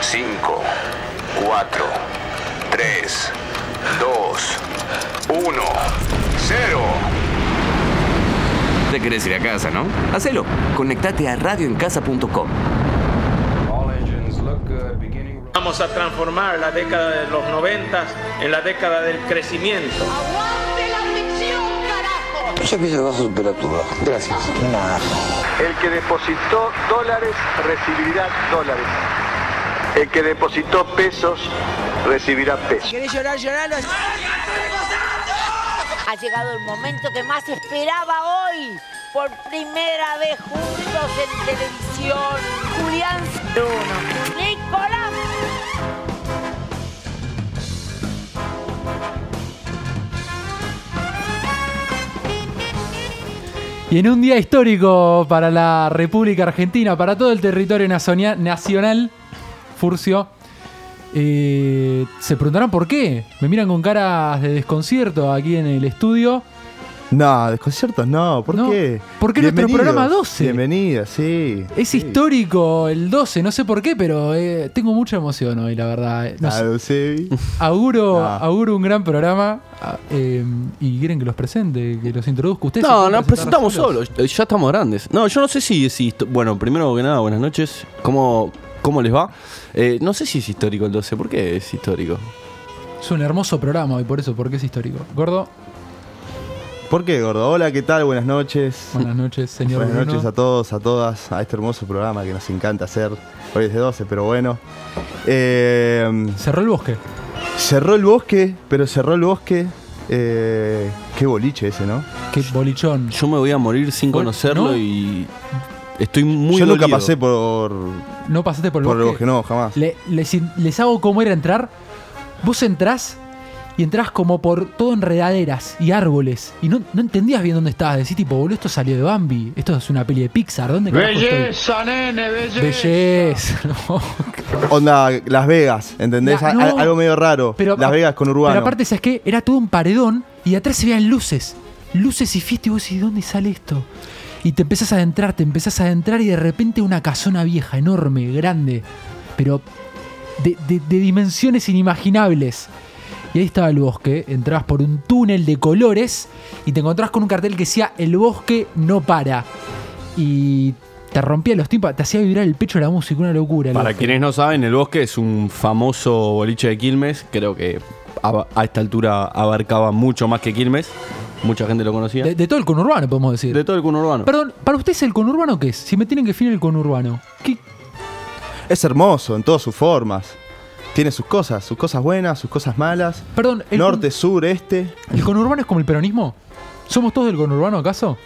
5, 4, 3, 2, 1, 0. Te querés ir a casa, ¿no? Hacelo. Conectate a radioencasa.com. Vamos a transformar la década de los noventas en la década del crecimiento. ¡Aguante la ficción, carajo! Yo pienso que vas a superar tu bajo. Gracias. Nada. El que depositó dólares recibirá dólares. El que depositó pesos recibirá pesos. ¿Querés llorar, lloralo? Ha llegado el momento que más esperaba hoy. Por primera vez juntos en televisión. Julián Bruno. Nicolás. Y en un día histórico para la República Argentina, para todo el territorio nazonia- nacional, Furcio, eh, se preguntarán por qué. Me miran con caras de desconcierto aquí en el estudio. No, desconciertos no, ¿por No, qué? ¿por qué nuestro Bienvenidos, programa 12? Bienvenidos, sí. Es sí. histórico el 12, no sé por qué, pero eh, tengo mucha emoción hoy, la verdad. Eh, no sé, Claro, sí. auguro, Ah. auguro un gran programa ah, eh, y quieren que los presente, que los introduzca ustedes. se No, pueden nos presentar presentamos solos. solos. eh, Ya estamos grandes. No, yo no sé si es histo- Bueno, primero que nada, buenas noches. ¿Cómo, cómo les va? Eh, no sé si es histórico el 12. ¿Por qué es histórico? Es un hermoso programa hoy, por eso, porque es histórico. Gordo, ¿Por qué, gordo? Hola, ¿qué tal? Buenas noches. buenas noches, señor. Buenas Bruno. noches a todos, a todas, a este hermoso programa que nos encanta hacer. Hoy es de 12, pero bueno. Eh, Cerró el bosque. cerró el bosque, pero cerró el bosque. Eh, qué boliche ese, ¿no? Qué bolichón. Yo me voy a morir sin Bueno, conocerlo ¿no? y estoy muy Yo nunca dolido. pasé por, ¿No pasaste por el por el bosque? bosque, no, jamás. Le- les, in- les hago cómo era entrar. Vos entrás y entrás como por todo enredaderas y árboles. Y no, no entendías bien dónde estabas. Decís tipo, boludo, esto salió de Bambi. Esto es una peli de Pixar. ¿Dónde carajo estoy? nene, Belleza. no. Onda Las Vegas, ¿entendés? La- A- no. a- algo medio raro. Pero- Las Vegas con Urbano. Pero aparte, ¿sabes qué? Era todo un paredón y de atrás se veían luces. Luces y fiesta y vos decís, ¿dónde sale esto? Y te empezás a adentrar, te empezás a adentrar y de repente una casona vieja, enorme, grande, pero de, de- de dimensiones inimaginables. Y ahí estaba el bosque, entrabas por un túnel de colores y te encontrabas con un cartel que decía El bosque no para. Y te rompía los tiempos, te hacía vibrar el pecho la música, una locura. el Para bosque. quienes no saben, el bosque es un famoso boliche de Quilmes. Creo que a, a esta altura abarcaba mucho más que Quilmes. Mucha gente lo conocía. De, De, de todo el conurbano, podemos decir. todo el conurbano. Perdón, ¿para ustedes el conurbano qué es? Si me tienen que definir el conurbano. ¿Qué? Es hermoso en todas sus formas. Tiene sus cosas, sus cosas buenas, sus cosas malas. Perdón, el, Norte, sur, este. con- ¿el conurbano es como el peronismo? ¿Somos todos del conurbano acaso?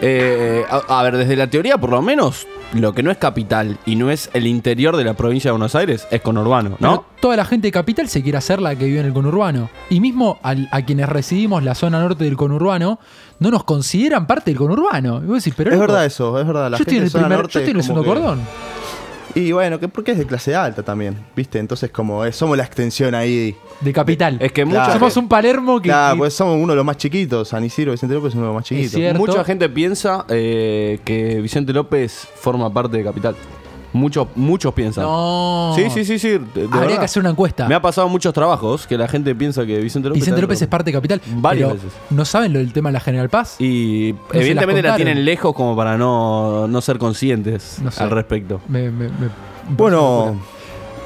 Eh, a, a ver, desde la teoría, por lo menos, lo que no es capital y no es el interior de la provincia de Buenos Aires es conurbano, ¿no? Pero toda la gente de capital se quiere hacer la que vive en el conurbano. Y mismo al- a quienes residimos la zona norte del conurbano, no nos consideran parte del conurbano. Y vos decís, pero es loco, verdad eso, es verdad. La yo estoy gente en de el, zona primer- norte yo estoy en el es como segundo que- cordón. Y bueno, que porque es de clase alta también, ¿viste? Entonces, como es- somos la extensión ahí. De capital. Es que Claro. mucha, Somos un Palermo que. Claro, que- pues somos uno de los más chiquitos. San Isidro, Vicente López es uno de los más chiquitos. cierto. mucha gente piensa eh, que Vicente López forma parte de capital. Muchos, muchos piensan. No. Sí, sí, sí, sí. de- de Habría verdad. que hacer una encuesta. Me ha pasado muchos trabajos que la gente piensa que Vicente López. Vicente López es parte de capital. Varias pero veces. No saben lo del tema de la General Paz. Y se evidentemente las la contaron. tienen lejos como para no, no ser conscientes No sé. al respecto. Me- me- me- Bueno,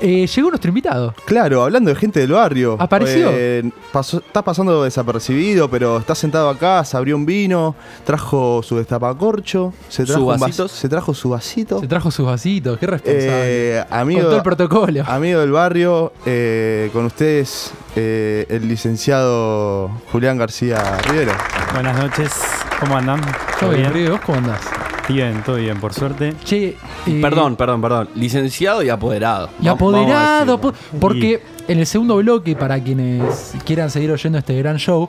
Eh, llegó nuestro invitado. claro, hablando de gente del barrio. ¿Apareció? eh, pasó- está pasando desapercibido, pero está sentado acá, se abrió un vino, trajo su destapacorcho, se Sus trajo, un vas- vasitos. se trajo su vasito. Se trajo sus vasitos, qué responsable. Eh, amigo, Con todo el protocolo. Amigo del barrio, eh, con ustedes eh, el licenciado Julián García Rivero. Buenas noches, ¿cómo andan? ¿Todo bien, Ribe? ¿Vos cómo andás? Bien, todo bien, por suerte. Che, eh, Perdón, perdón, perdón. Licenciado y apoderado. Y Vamos- vamos a apoderado, decirlo. apo- porque en el segundo bloque, para quienes quieran seguir oyendo este gran show,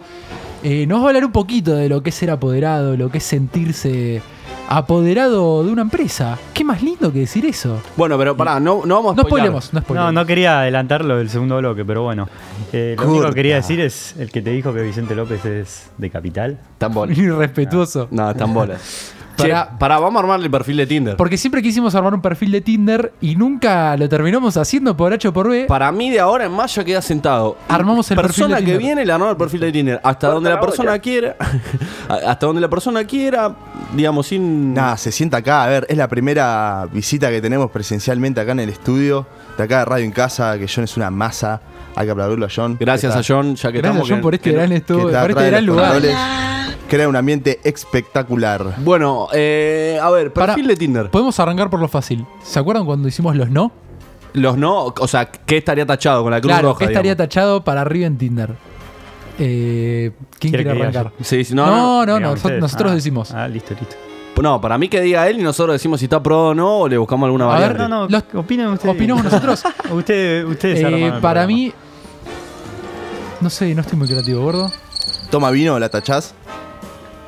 eh, nos va a hablar un poquito de lo que es ser apoderado, lo que es sentirse apoderado de una empresa. Qué más lindo que decir eso. Bueno, pero pará, no, no vamos a No spoilear. spoilemos, no No, spoilemos. no quería adelantarlo del segundo bloque, pero bueno. Eh, lo único Corta. que quería decir es el que te dijo que Vicente López es de capital. Tan bolas. Irrespetuoso. No, tan bolas. Che, Pará. pará, vamos a armarle el perfil de Tinder. Porque siempre quisimos armar un perfil de Tinder y nunca lo terminamos haciendo por H o por B. Para mí de ahora en mayo queda sentado. Armamos Ah, el persona perfil de que Tinder. viene le armamos el perfil de Tinder. Hasta donde la la persona olla. quiera. hasta donde la persona quiera, digamos, sin. Nada, se sienta acá, a ver, es la primera visita que tenemos presencialmente acá en el estudio, de acá de Radio en Casa, que John es una masa, hay que aplaudirlo a John. Gracias a John, ya que Gracias a estamos, John que- por este que- gran estudio, que está por atrás este de gran los lugar. controles, Crea un ambiente espectacular. Bueno, eh, a ver, Pará. perfil de Tinder. Podemos arrancar por lo fácil. ¿Se acuerdan cuando hicimos los no? Los no, o sea, ¿qué estaría tachado con la cruz claro, roja? ¿qué estaría tachado para arriba en Tinder? Eh, ¿Quién ¿Quiere quiere que diga arrancar? yo? Sí, sí, no, no. no, no, no, Digan noso- ustedes. nosotros Ah. decimos. Ah, listo, listo. No, para mí que diga él y nosotros decimos si está pro o no, o le buscamos alguna A variante. ver, no, los, opinen ustedes. opinamos nosotros. Ustedes, ustedes Eh, arman el para programa. mí. No sé, no estoy muy creativo, gordo. ¿Toma vino la tachás?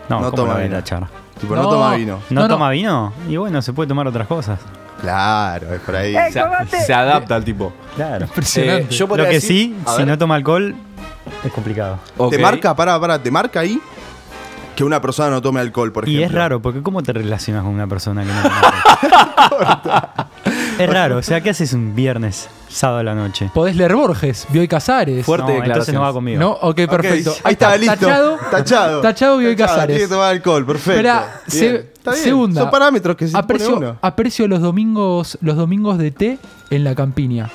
No, ¿cómo la voy a Tachar. tachar? Tipo, no, toma vino. ¿No, toma vino? Ah, Y bueno, se puede tomar otras cosas. Claro, es por ahí. Eh, Se, se adapta al tipo. Claro. Impresionante. Eh, yo Lo podría que decir- sí, a si ver. no toma alcohol, es complicado. Ok. ¿Te marca, para, para, te marca ahí que una persona no tome alcohol, por Y ejemplo? es raro, porque ¿cómo te relacionas con una persona que no toma alcohol? es raro, o sea, ¿qué haces un viernes, sábado a la noche? Podés leer Borges, Bioy Casares. Fuerte No, entonces declaraciones. no va conmigo. No, ok, perfecto. ahí está, listo. Tachado, Tachado. Tachado Bioy Tachado, Casares. Tiene que tomar alcohol, perfecto. Esperá, Bien, se- está bien. segunda. Son parámetros que se pone aprecio, uno. aprecio los domingos, los domingos de té en la campiña.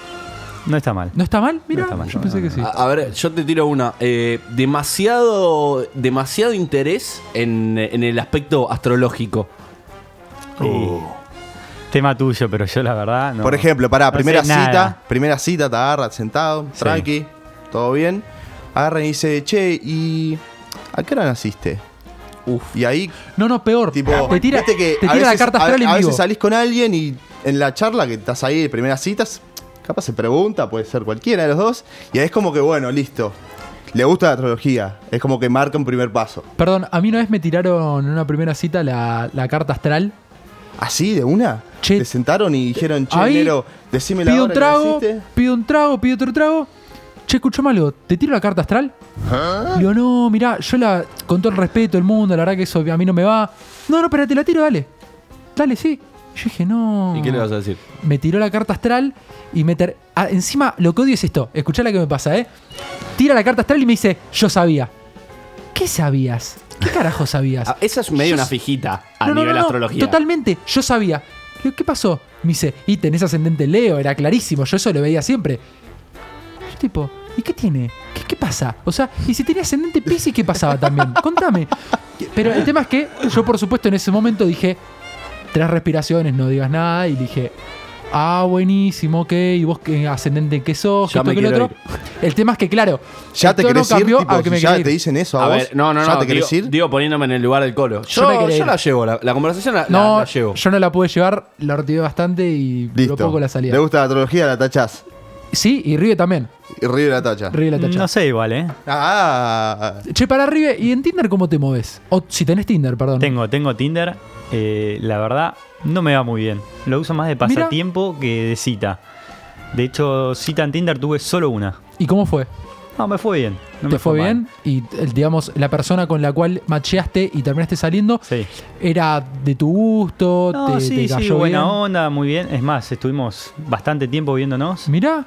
No está mal. ¿No está mal? Mira, mal, yo no, pensé no, que no. sí. A, a ver, yo te tiro una. Eh, demasiado, demasiado interés en, en el aspecto astrológico. Uh. Tema tuyo, pero yo la verdad no. Por ejemplo, pará, No sé primera nada. cita, primera cita, te agarra sentado, tranqui, todo bien. Agarra y dice, che, ¿y a qué hora naciste? Uf. Y ahí, No, no, peor. tipo, te tira, viste que te a tira la veces- carta a- astral en A vivo. veces salís con alguien y en la charla que estás ahí de primeras citas, capaz se pregunta, puede ser cualquiera de los dos, y ahí es como que, bueno, listo. Le gusta la astrología, es como que marca un primer paso. Perdón, a mí una vez me tiraron en una primera cita la, la carta astral. ¿Así, de una? Che, Te sentaron y dijeron, che, ahí Nero, decime la pido hora un trago, que naciste. pido un trago, pido otro trago. Che, escuchame algo, ¿te tiro la carta astral? ¿Ah? Le digo, no, mirá, yo la. Con todo el respeto del mundo, la verdad que eso a mí no me va. No, no, pero te la tiro, dale. Dale, sí. Yo dije, no. ¿Y qué le vas a decir? Me tiró la carta astral y me. ter- Ah, encima, lo que odio es esto. Escuchá la que me pasa, ¿eh? Tira la carta astral y me dice, yo sabía. ¿Qué sabías? ¿Qué carajo sabías? Ah, esa es medio una fijita a No, no, nivel no, no, astrología. Totalmente, yo sabía. Le digo, ¿Qué pasó? Me dice, y tenés ascendente Leo, era clarísimo, yo eso lo veía siempre. Yo tipo, ¿y qué tiene? ¿Qué, qué pasa? O sea, y si tenía ascendente Pisces, ¿qué pasaba también? Contame. Pero el tema es que yo, por supuesto, en ese momento dije, tres respiraciones, no digas nada, y dije, ah, buenísimo, ok, y vos qué ascendente que sos, Ya esto me que lo quiero otro. El tema es que, claro, Ya el te tono querés ir, cambió a tipo, que me si ya quería ir. te dicen eso a, A vos. ver, no, no, ¿Ya no. te Digo, querés ir? digo poniéndome en el lugar del colo. Yo, me quería yo ir. la llevo, la, la conversación la, la- No, la llevo. yo no la pude llevar, la ortigué bastante y duró Listo. poco la salida. ¿Te gusta la astrología? La tachás. Sí, y Rive también. Y River la tacha. Rive la tacha. No sé igual, ¿eh? Ah, Che, para Rive, ¿y en Tinder cómo te moves? O si tenés Tinder, perdón. Tengo, tengo Tinder. eh, la verdad, no me va muy bien. Lo uso más de pasatiempo que de cita. De hecho, cita en Tinder tuve solo una. ¿Y cómo fue? No, me fue bien. No ¿Te me fue mal. bien? Y eh, digamos, la persona con la cual macheaste y terminaste saliendo, Sí. ¿era de tu gusto? No, ¿Te, sí, te sí, cayó buena bien? onda, muy bien. Es más, estuvimos bastante tiempo viéndonos. Mirá.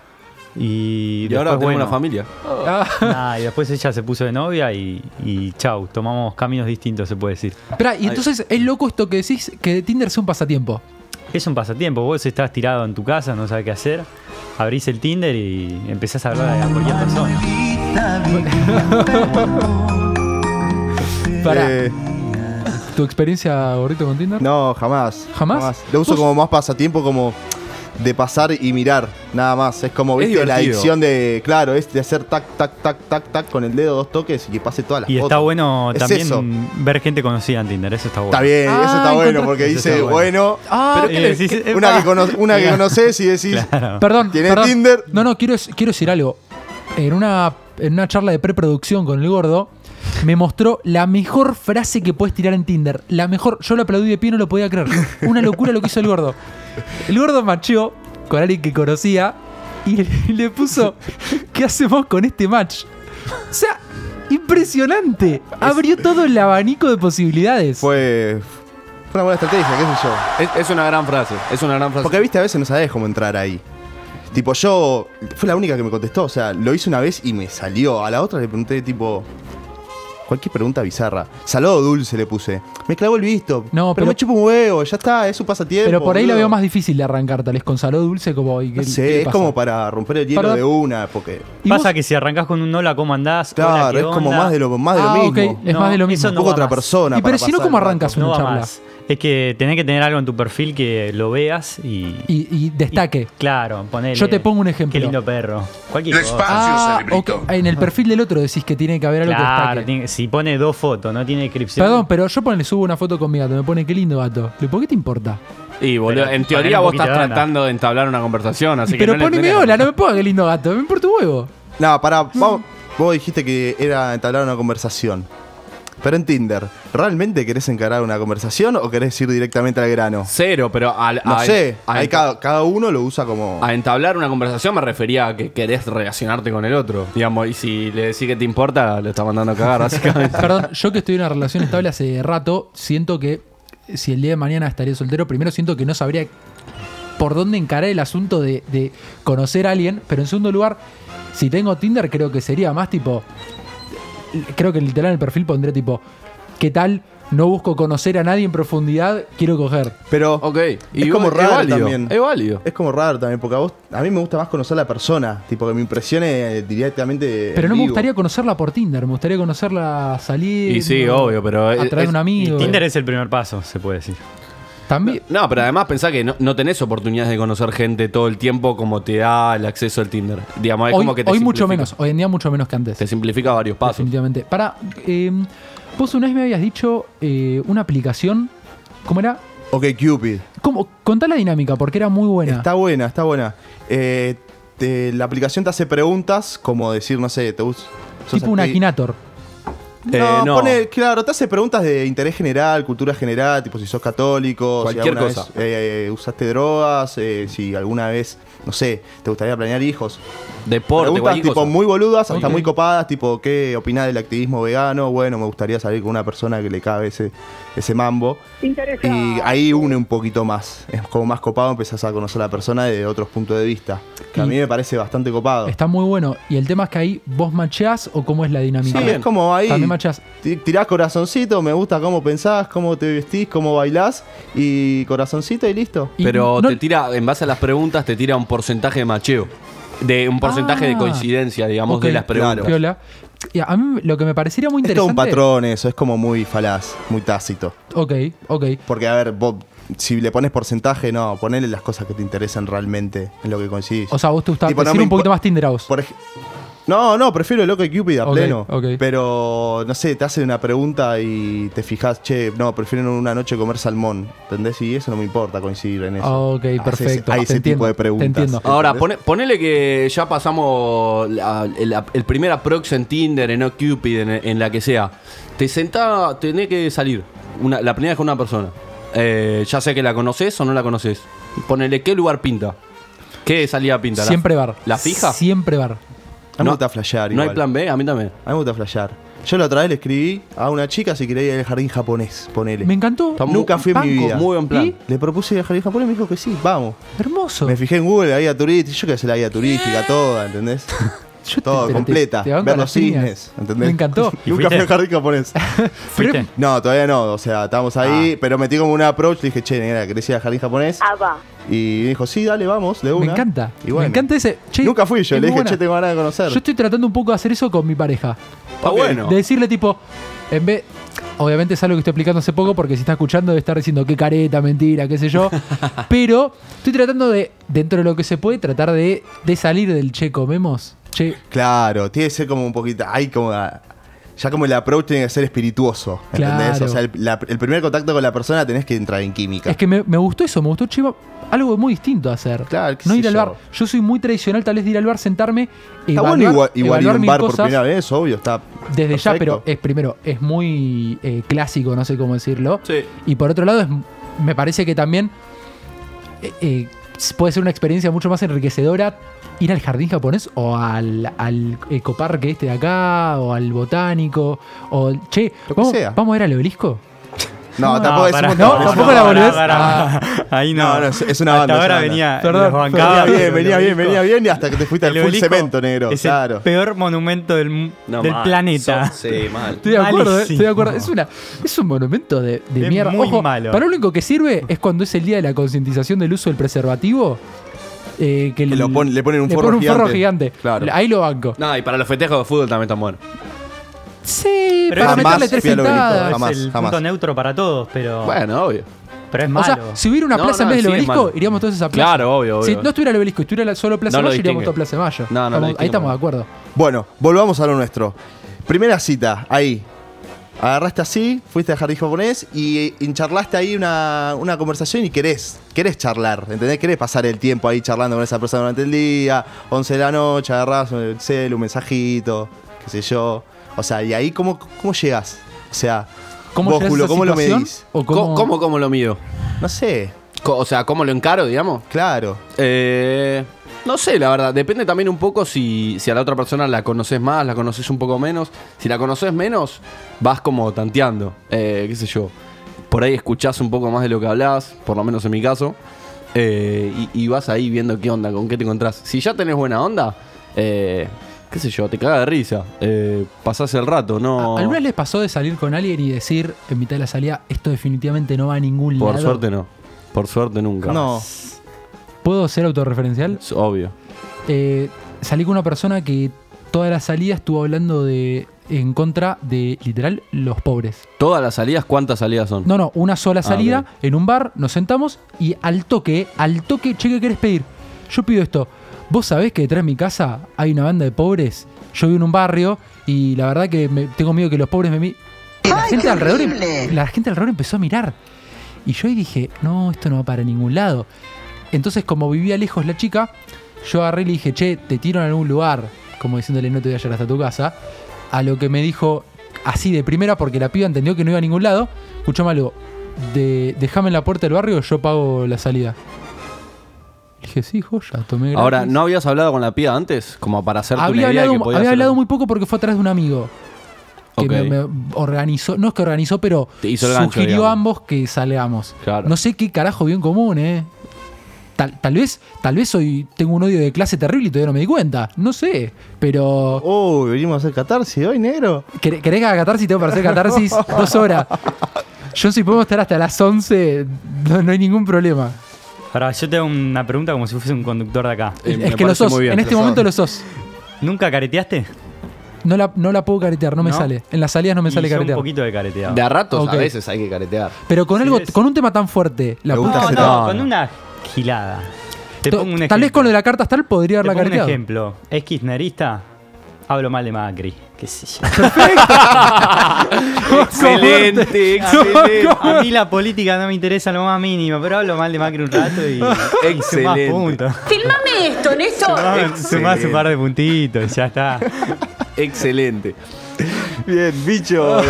Y, Y ahora después, tengo bueno, una familia. Oh. Ah, Nah, y después ella se puso de novia y, y chau, tomamos caminos distintos, se puede decir. esperá, y entonces es loco esto que decís que Tinder sea un pasatiempo. Es un pasatiempo, vos estás tirado en tu casa, no sabes qué hacer, abrís el Tinder y empezás a hablar a cualquier persona. Eh, Para Eh, tu experiencia gordito con Tinder. no, jamás. ¿Jamás? Lo uso ¿Vos- como más pasatiempo, como de pasar y mirar, nada más. Es como, Es viste, la divertido. adicción de, claro, es de hacer tac, tac, tac, tac, tac con el dedo, dos toques y que pase todas las Y está fotos. bueno Es también eso. ver gente conocida en Tinder, eso está bueno. Está bien, eso Ah, está bueno, encontré- porque Eso dice, está bueno, bueno. Ah, Y decís, una, "Epa". que cono- una que conoces y decís, Claro. Perdón, ¿Tiene perdón. Tinder? No, no, quiero, quiero decir algo. En una, en una charla de preproducción con el gordo, me mostró la mejor frase que puedes tirar en Tinder. La mejor. Yo lo aplaudí de pie, no lo podía creer. Una locura lo que hizo el gordo. El gordo macheó con alguien que conocía y le, le puso: ¿Qué hacemos con este match? O sea, impresionante. Abrió todo el abanico de posibilidades. fue Una buena estrategia, qué sé yo. Es, una gran frase, es una gran frase. Porque viste, a veces no sabes cómo entrar ahí. Tipo, yo. Fue la única que me contestó, o sea, lo hice una vez y me salió. A la otra le pregunté, tipo. Cualquier pregunta bizarra. Salado dulce le puse. Me clavó el visto. No, pero- me chupa un huevo, ya está, es un pasatiempo. Pero por ahí lo boludo. veo más difícil de arrancar, tal vez con salud dulce como... ¿y qué- No qué sé, es pasa? como para romper el hielo Perdón. de una, porque. Pasa que si arrancás con un hola, ¿cómo andás? Hola, Claro, ¿qué es como onda? más de lo, más de lo Ah, mismo. ok, es No, más de lo eso mismo. no Poco va otra más. persona. Y pero para si no, pasar ¿cómo el rato. arrancas una No va charla? más. Es que tenés que tener algo en tu perfil que lo veas y. Y, y destaque. Claro, ponele. Yo te pongo un ejemplo. Qué lindo perro. Cualquier Despacio, cosa. Ah, cerebrito. ok, En el perfil del otro decís que tiene que haber algo que Claro, destaque. tiene- si pone dos fotos, no tiene descripción. Perdón, pero yo ponle, subo una foto con mi gato, me pone qué lindo gato. Le digo, ¿Por qué te importa? Y Pero boludo, en poner teoría un vos poquito estás de onda. tratando de entablar una conversación, así que. pero no le poneme tenés- hola, no me ponga qué lindo gato, me importa un huevo. No, pará, Mm. vamos- vos dijiste que era entablar una conversación. Pero en Tinder, ¿realmente querés encarar una conversación o querés ir directamente al grano? Cero, pero al. No a- sé, a ahí enta- cada, cada uno lo usa como... A entablar una conversación me refería a que querés relacionarte con el otro. Digamos, y si le decís que te importa, lo está mandando a cagar, básicamente. Perdón, yo que estoy en una relación estable hace rato, siento que si el día de mañana estaría soltero, primero siento que no sabría por dónde encarar el asunto de, de conocer a alguien, pero en segundo lugar, si tengo Tinder creo que sería más tipo, creo que literal en el perfil pondría tipo, ¿qué tal? No busco conocer a nadie en profundidad, quiero coger. Pero ok. es como raro válido, también. Es válido. Es como raro también, porque a, vos, a mí me gusta más conocer a la persona, tipo que me impresione eh, directamente. Pero en no me vivo. gustaría conocerla por Tinder, me gustaría conocerla salir. Y sí, obvio, pero es- A través de un es- amigo. Tinder es el primer paso, se puede decir. También. No, pero además pensá que no, no tenés oportunidades de conocer gente todo el tiempo como te da el acceso al Tinder. Digamos, es hoy como que te hoy mucho simplifica- menos, hoy en día mucho menos que antes. Te simplifica varios pasos. Definitivamente. Para, eh, vos una vez me habías dicho eh, una aplicación. ¿Cómo era? Ok, Cupid. ¿Cómo? Contá la dinámica, porque era muy buena. Está buena, está buena. Eh, te- la aplicación te hace preguntas, como decir, no sé, te gusta... tipo un Akinator. Eh, No, no. pone- claro, te hace preguntas de interés general, cultura general, tipo si sos católico, Cualquier si alguna cosa. vez, eh, usaste drogas, eh, si alguna vez, no sé, te gustaría planear hijos. Deporte, preguntas cualquier tipo cosa. muy boludas, hasta Ok. muy copadas, tipo ¿qué opinás del activismo vegano? Bueno, me gustaría salir con una persona que le cabe ese, ese mambo. Y ahí une un poquito más. Es como más copado, empezás a conocer a la persona desde otros puntos de vista. Que a Y- mí me parece bastante copado. Está muy bueno. Y el tema es que ahí vos macheás o cómo es la Sí, dinámica. es como ahí. También machás. Ti- Tirás corazoncito, me gusta cómo pensás, cómo te vestís, cómo bailás y corazoncito y listo. Y Pero no- te tira, en base a las preguntas, te tira un porcentaje de macheo. De un porcentaje de Ah. coincidencia, digamos, Ok, de las preguntas. piola. Y a mí lo que me parecería muy Es todo interesante. un patrón eso, es como muy falaz, muy tácito. Ok, ok. Porque a ver, vos, si le pones porcentaje, no, ponele las cosas que te interesan realmente, en lo que coincidís. O sea, vos te gusta Tipo, no decir me un poquito impo- más Tinder a vos. Por ej- no, no, prefiero el loco de Cupid a Ok, pleno. ok. Pero, no sé, te hacen una pregunta y te fijas, che, no, prefiero en una noche comer salmón. ¿Entendés? Y eso no me importa coincidir en eso. Ah, ok, Haces- perfecto. Hay Te ese entiendo, tipo de te preguntas. entiendo. Ahora, pone- ¿entendés? ponele que ya pasamos la- el, el primer approach en Tinder, en OkCupid, en, en la que sea. Te sentá, tenés que salir. Una, la primera vez con una persona. Eh, ya sea que la conoces o no la conoces. Ponele qué lugar pinta. ¿Qué salida pinta? ¿La- Siempre bar. ¿La fija? Siempre bar. A mí me No- gusta flashear No hay igual. plan B, a mí también. A mí me gusta flashear. Yo la otra vez le escribí a una chica si quería ir al jardín japonés, ponele. Me encantó. Está muy- Nunca fui en mi banco, vida. Muy buen plan. ¿Y? Le propuse ir al jardín japonés y me dijo que sí, vamos. Hermoso. Me fijé en Google, la guía turística, yo que sé la guía turística, toda, ¿entendés? Yo Todo, pero completa. banco las Ver los piñas. cisnes, ¿entendés? Me encantó. ¿Y fuiste? Nunca fui al jardín japonés. ¿Fuiste? No, todavía no, o sea, estábamos ahí, Ah. pero metí como un approach, le dije, che, negra, ¿querés ir al jardín japonés? Y dijo, sí, dale, vamos, de una. Me encanta. Y bueno, Me encanta ese. che, Nunca fui yo, es muy le dije, buena. che, tengo ganas de conocer. Yo estoy tratando un poco de hacer eso con mi pareja. Está Ok. bueno. De decirle, tipo, en vez. Obviamente es algo que estoy aplicando hace poco porque si está escuchando debe estar diciendo qué careta, mentira, qué sé yo. Pero estoy tratando de, dentro de lo que se puede, tratar de, de salir del che, comemos. Che, Claro, tiene que ser como un poquito. Hay como. Ya como el approach tiene que ser espirituoso. ¿Entendés? Claro. O sea, el, la- el primer contacto con la persona tenés que entrar en química. es que me, me gustó eso, me gustó, che, va- algo muy distinto a hacer. Claro, qué no sé ir al yo. bar. Yo soy muy tradicional, tal vez de ir al bar, sentarme. Está evaluar- bueno igual, igual ir a evaluar un mil bar por cosas. primera vez, obvio. Está Desde ya, pero perfecto. es primero, es muy eh, clásico, no sé cómo decirlo. Sí. Y por otro lado, es, me parece que también eh, eh, puede ser una experiencia mucho más enriquecedora ir al jardín japonés o al, al eh, ecoparque este de acá, o al botánico, o che, Lo que ¿vamos, sea. ¿vamos a ir al obelisco? No, tampoco es un pará, montón, es un montón. pará, Ah. pará. Ahí no. No, no, es- es una banda, Hasta es una ahora banda. venía. Perdón, los bancaba, venía bien, el venía bien, obelisco- venía bien y hasta que te fuiste al el full obelisco cemento negro, es claro. el peor monumento del, mu- No, del mal. planeta. So- sí, mal. Estoy de acuerdo, eh, estoy de acuerdo. Es, Malísimo. una, es un monumento de, de Es mierda. muy Ojo, malo. Para lo único que sirve es cuando es el día de la concientización del uso del preservativo. eh, que Que lo pon- le ponen un forro gigante. Claro. Ahí lo banco. No, y para los festejos de fútbol también están buenos. Sí, Pero para jamás meterle tres fui al obelisco, sentadas. jamás, es el jamás. punto neutro para todos, pero, Bueno, obvio. pero es O malo. sea, si hubiera una No, plaza no, en vez del sí, es obelisco, malo. iríamos todos a esa plaza. Claro, obvio, Si obio. no estuviera el obelisco, estuviera la- solo Plaza No lo Mayo, iríamos distingue. todos a Plaza Mayo. No, no lo Estamos- distingue, ahí estamos bueno. de acuerdo. Bueno, volvamos a lo nuestro. Primera cita, ahí. Agarraste así, fuiste a jardín japonés y encharlaste ahí una, una conversación y querés, querés charlar, ¿entendés? Querés pasar el tiempo ahí charlando con esa persona durante el día, 11 de la noche, agarrás el celu, un mensajito, qué sé yo. O sea, y ahí cómo, cómo llegás? O sea, ¿Cómo vos, llegás a Julio, esa ¿cómo lo situación? medís? ¿O ¿Cómo, cómo, cómo, cómo lo mido? No sé, Co- O sea, ¿cómo lo encaro, digamos? claro. Eh, no sé, la verdad. Depende también un poco si, si a la otra persona la conoces más, la conoces un poco menos. Si la conoces menos, vas como tanteando. Eh, qué sé yo. Por ahí escuchás un poco más de lo que hablas, por lo menos en mi caso. eh, y, y vas ahí viendo qué onda, con qué te encontrás. Si ya tenés buena onda, eh, qué sé yo, te caga de risa. Eh, pasás el rato, ¿no? ¿Alguna vez les pasó de salir con alguien y decir en mitad de la salida, esto definitivamente no va a ningún Por lado? suerte no. Por suerte nunca. No, ¿Puedo ser autorreferencial? Es obvio. Eh, salí con una persona que toda la salida estuvo hablando de en contra de, literal, los pobres. Todas las salidas, ¿cuántas salidas son? No, no, una sola salida ok. en un bar, nos sentamos y al toque, al toque, che, ¿qué querés pedir? Yo pido esto. Vos sabés que detrás de mi casa hay una banda de pobres. Yo vivo en un barrio y la verdad que me- tengo miedo que los pobres me mi- La gente alrededor, em- la gente alrededor empezó a mirar. Y yo ahí dije, no, esto no va para ningún lado. Entonces, como vivía lejos la chica, yo agarré y le dije, che, te tiro en algún lugar, como diciéndole, no te voy a llevar hasta tu casa. A lo que me dijo, así de primera, porque la piba entendió que no iba a ningún lado, escuchame algo, de, dejame en la puerta del barrio, yo pago la salida. Le dije, sí, joya, tomé gratis". Ahora, ¿no habías hablado con la piba antes? Como para hacerte había una idea hablado, que podías había hacer- hablado muy poco porque fue atrás de un amigo. Que Ok. me, me organizó, no es que organizó, pero Te hizo el gancho, sugirió a digamos. ambos que salgamos. Claro. No sé qué carajo bien común, eh. Tal, tal vez, tal vez hoy tengo un odio de clase terrible y todavía no me di cuenta. No sé. Pero. oh, venimos a hacer catarsis hoy, negro. ¿quer- ¿Querés que haga catarsis? Tengo para hacer catarsis dos horas. Yo si podemos estar hasta las 11, no, no hay ningún problema. Ahora, yo te hago una pregunta como si fuese un conductor de acá. Eh, me es que lo parece sos. muy bien. en este Lo momento sos. lo sos. ¿Nunca careteaste? No la, no la puedo caretear, no me ¿No? sale. En las salidas no me Y sale yo caretear. un poquito de careteado. De a ratos Ok. a veces hay que caretear. Pero con Sí, algo, es- con un tema tan fuerte, la Me puta gusta No, madre. hacer- no, No, con no. una gilada. Te pongo un ejemplo. Tal vez con lo de la carta astral podría Te haberla pongo un careteado. ejemplo. ¿Es kirchnerista? Hablo mal de Macri. ¿Qué sé yo? excelente, excelente. A mí la política no me interesa lo más mínimo, pero hablo mal de Macri un rato y, y sumás Excelente. puntos. Filmame esto, Néstor. Sumás- Sumás un par de puntitos, ya está. excelente. Bien, bicho.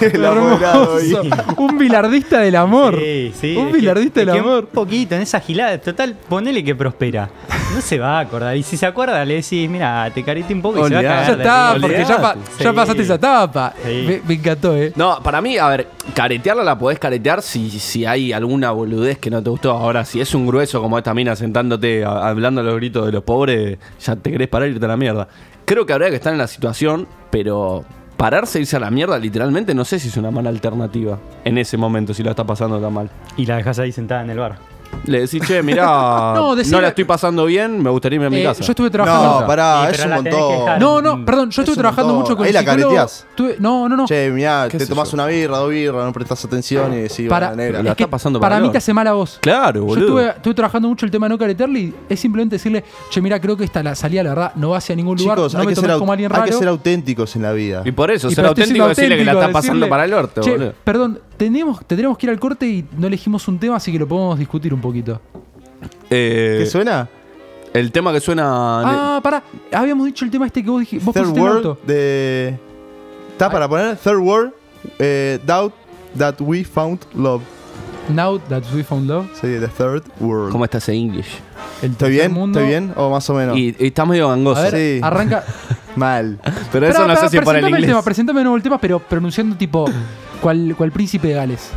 el apoderado hoy. Hermoso. un bilardista del amor. Sí, sí, un es que- bilardista es del que amor. Un poquito, en esa gilada. Total, ponele que prospera. No se va a acordar. Y si se acuerda, le decís, mira, te carete un poco y se va a Olvidate. Ya cagar. de está, risa". porque ya, pa- Olvidate. ya Sí. pasaste esa etapa. Sí. Me, me encantó, eh. No, para mí, a ver, caretearla la podés caretear si, si hay alguna boludez que no te gustó. Ahora, si es un grueso como esta mina sentándote, a- hablando a los gritos de los pobres, ya te querés parar y irte a la mierda. Creo que habría que estar en la situación, pero pararse e irse a la mierda literalmente no sé si es una mala alternativa en ese momento, si la está pasando tan mal. Y la dejas ahí sentada en el bar. Le decís, che, mirá, No, no, decile- la estoy pasando bien, me gustaría irme a mi Eh, casa. yo estuve trabajando. No, pará, Sí, Ah, es pero un la tenés que montón. dejar. No, no, perdón, yo Es estuve un trabajando montón. mucho con Ahí la psicólogo. careteás. Estuve- no, no, no. Che, mirá, ¿Qué te sé tomás yo? una birra, dos birras, no prestás atención y decís, para, bueno, negra. es la que está pasando para para mí loco. te hace mal a vos. Claro, Yo boludo. estuve, estuve trabajando mucho el tema de no caretearle y es simplemente decirle, che, mira, creo que esta la salida, la verdad, no va hacia ningún lugar, Chicos, no hay, me que ser tomes au- como alguien hay raro. que ser auténticos en la vida. Y por eso, Y ser pero estoy auténtico siendo y decirle que la está auténtico, pasando decirle, para el orto, "Che, boludo. Perdón, tenemos, tendríamos que ir al corte y no elegimos un tema, así que lo podemos discutir un poquito. Eh, ¿Qué suena? El tema que suena. Ah, pará, habíamos dicho el tema este que vos dijiste. Vos Third pusiste en el auto. World de. ¿Está para poner? Third World, eh, Doubt That We Found Love. Now that we found love. Sí, The Third World. ¿Cómo está ese English? ¿Estoy El tercer bien? mundo. ¿Estoy bien? ¿O más o menos? Y, y está medio A gangoso. ver, Sí. arranca. Mal. Pero eso Pará, no pará, sé si para el presentame inglés. tema, presentame de nuevo el tema, pero pronunciando tipo, cual, cual príncipe de Gales.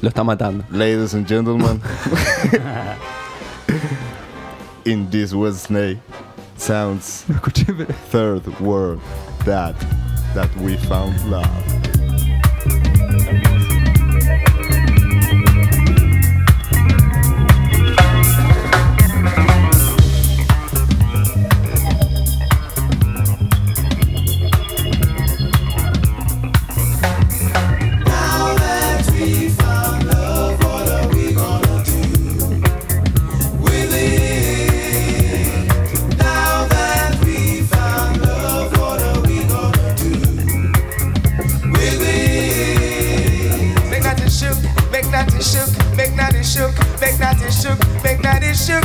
Lo está matando. Ladies and gentlemen, in this Wednesday sounds third word that that we found love. Make nothing shook, make nothing shook, make nothing shook, make nothing shook, make nothing shook,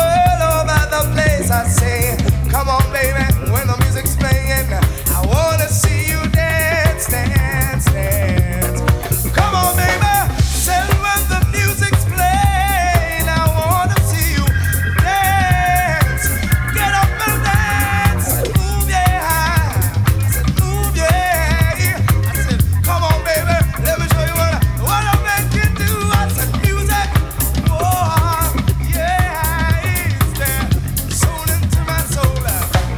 All over the place I say, come on baby, when the music's playing, I wanna see you dance, dance, dance. Come on baby, say when the music's playing, I wanna see you dance. Get up and dance, move your eyes, move your hair. Come on, baby, let me show you what I, what I make you do. I said music, oh yeah, it's there, soul into my soul.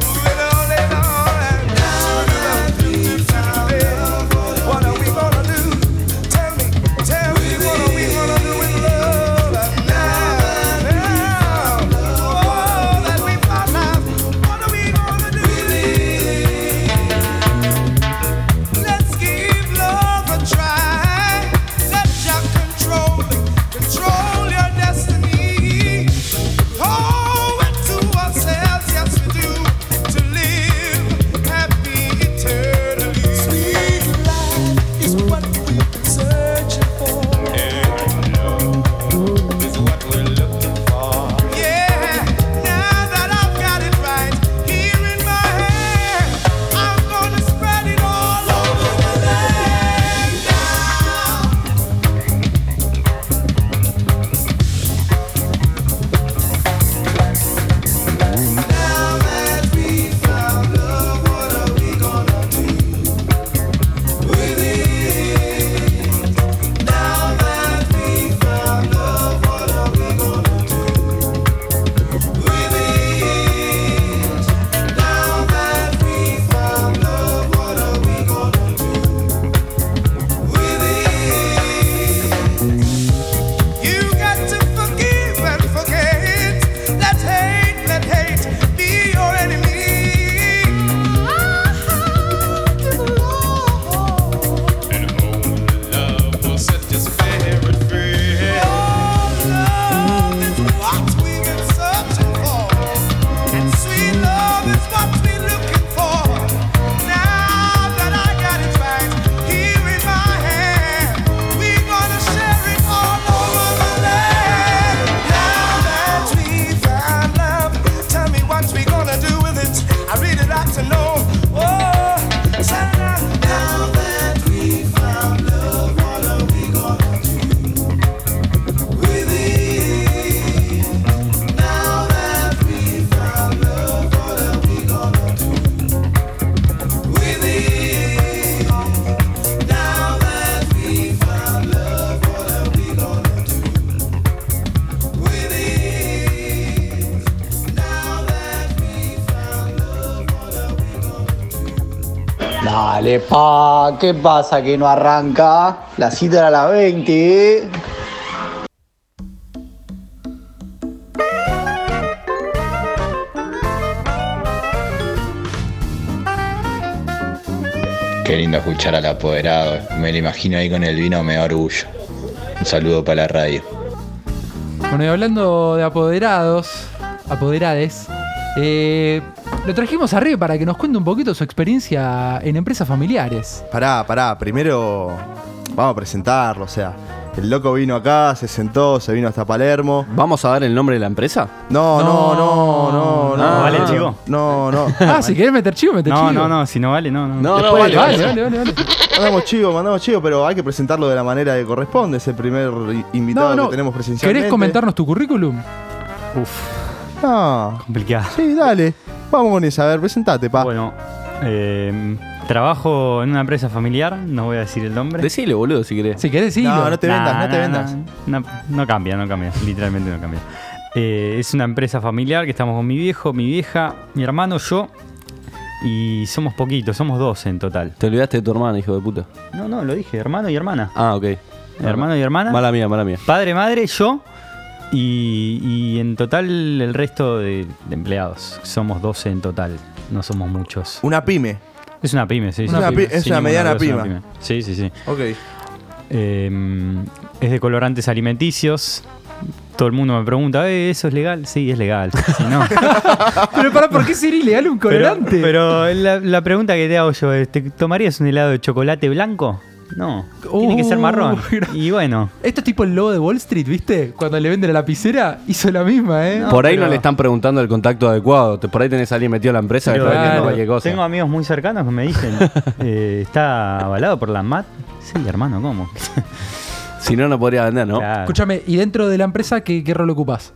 Move it all day long. What are we gonna do? Tell me, tell me, what are we gonna do with love now? Now, oh, that we found out. What are we gonna do? Let's give love a try. Let your control control your destiny. Oh, it to ourselves, yes we do, to live happy eternally. Sweet life is what we've been searching for. And love is what we're looking for. Yeah, now that I've got it right here in my hand, I'm gonna spread it all over the land now. You got to forgive and forget. Let hate, let hate be your enemy. And only love will set your spirit free. Oh, love is what we've been searching for, and sweet love is what we're looking for. Now that I got it right here in my hand, we're gonna share it all over the land. Now that we found love, tell me what we gonna do with it. I really like to know. Oh, tell me now that we found love, what are we gonna do with it? Now that we found love, what are we gonna do with it? Now that we found love, what are we gonna do with it? Now that we found love, what are we gonna do? Dale, pa, ¿qué pasa que no arranca? La cita era a las 20. ¿eh? Qué lindo escuchar al apoderado. Me lo imagino ahí con el vino, me da orgullo. Un saludo para la radio. Bueno, y hablando de apoderados, apoderades, eh, lo trajimos a Rebe para que nos cuente un poquito su experiencia en empresas familiares. Pará, pará, primero vamos a presentarlo, o sea, el loco vino acá, se sentó, se vino hasta Palermo. ¿Vamos a dar el nombre de la empresa? No, no, no, no, no. Ah, ¿vale el no, chivo? No, no. Ah, si querés meter chivo, meter No, chivo. no, no, si no vale, no, no. Después, vale, vale, vale, Mandamos chivo, mandamos chivo, pero hay que presentarlo de la manera que corresponde. Es el primer i- invitado No, no. que tenemos presencialmente. ¿Querés comentarnos tu currículum? Uf. No. Complicado. Sí, dale. Vamos con esa. A ver, presentate, pa. Bueno, eh, Trabajo en una empresa familiar, no voy a decir el nombre. Decile, boludo, si querés. Si querés, sí. No, no te vendas, no te vendas. No, no cambia, no cambia, literalmente no cambia. Eh, es una empresa familiar que estamos con mi viejo, mi vieja, mi hermano, yo. Y somos poquitos, somos 12 en total. Te olvidaste de tu hermana, hijo de puta. No, no, lo dije, hermano y hermana. Ah, ok. Hermano y hermana. Mala mía, mala mía. Padre, madre, yo y, y en total el resto de, de empleados. Somos 12 en total, no somos muchos. Una pyme. Es una pyme, sí. sí, Una sí. pi- es Sin una ninguna mediana duda es una pyme. Sí, sí, sí. Ok. Eh, es de colorantes alimenticios. Todo el mundo me pregunta, "Eh, ¿eso es legal? Sí, es legal. Si no, Pero para, ¿por qué sería ilegal un colorante? Pero, pero la, la pregunta que te hago yo es, ¿te tomarías un helado de chocolate blanco? No, tiene que ser Uh, marrón. Y bueno. Esto es tipo el lobo de Wall Street, ¿viste? Cuando le venden la lapicera, hizo la misma, ¿eh? por ahí no pero- le están preguntando el contacto adecuado. Te- Por ahí tenés a alguien metido en la empresa que Pero está vendiendo claro, cualquier cosa. Tengo amigos muy cercanos que me dicen, eh, está avalado por la MAT. Sí, hermano, ¿cómo? si no, no podría vender, ¿no? Escúchame, ¿y dentro de la empresa qué, qué rol ocupas?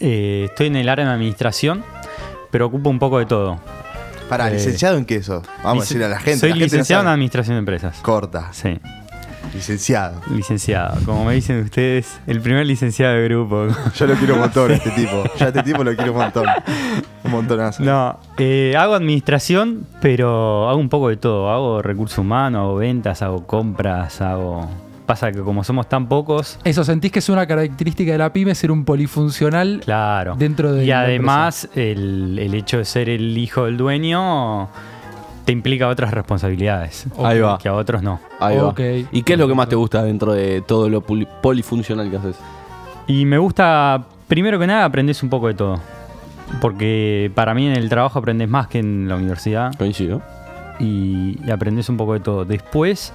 Eh, estoy en el área de administración, pero ocupo un poco de todo. Pará, ¿licenciado en qué sos? Vamos a Eh, lic- decirle a la gente, Soy la gente no licenciado en sabe. Administración de Empresas. Corta. Sí. Licenciado. Licenciado, como me dicen ustedes, el primer licenciado del grupo. Yo lo quiero un montón a este tipo. Yo a este tipo lo quiero un montón. Un montonazo. No, eh, hago administración, pero hago un poco de todo. Hago recursos humanos, hago ventas, hago compras, hago... Pasa que como somos tan pocos, Eso, ¿sentís que es una característica de la pyme ser un polifuncional Claro. dentro de Y la además, el, el hecho de ser el hijo del dueño te implica otras responsabilidades. Ahí va. Que a otros no. Ahí va. ¿Y qué es lo que más te gusta dentro de todo lo puli- polifuncional que haces? Y me gusta, primero que nada, aprendes un poco de todo. Porque para mí en el trabajo aprendes más que en la universidad. Coincido. Y, y aprendes un poco de todo. Después,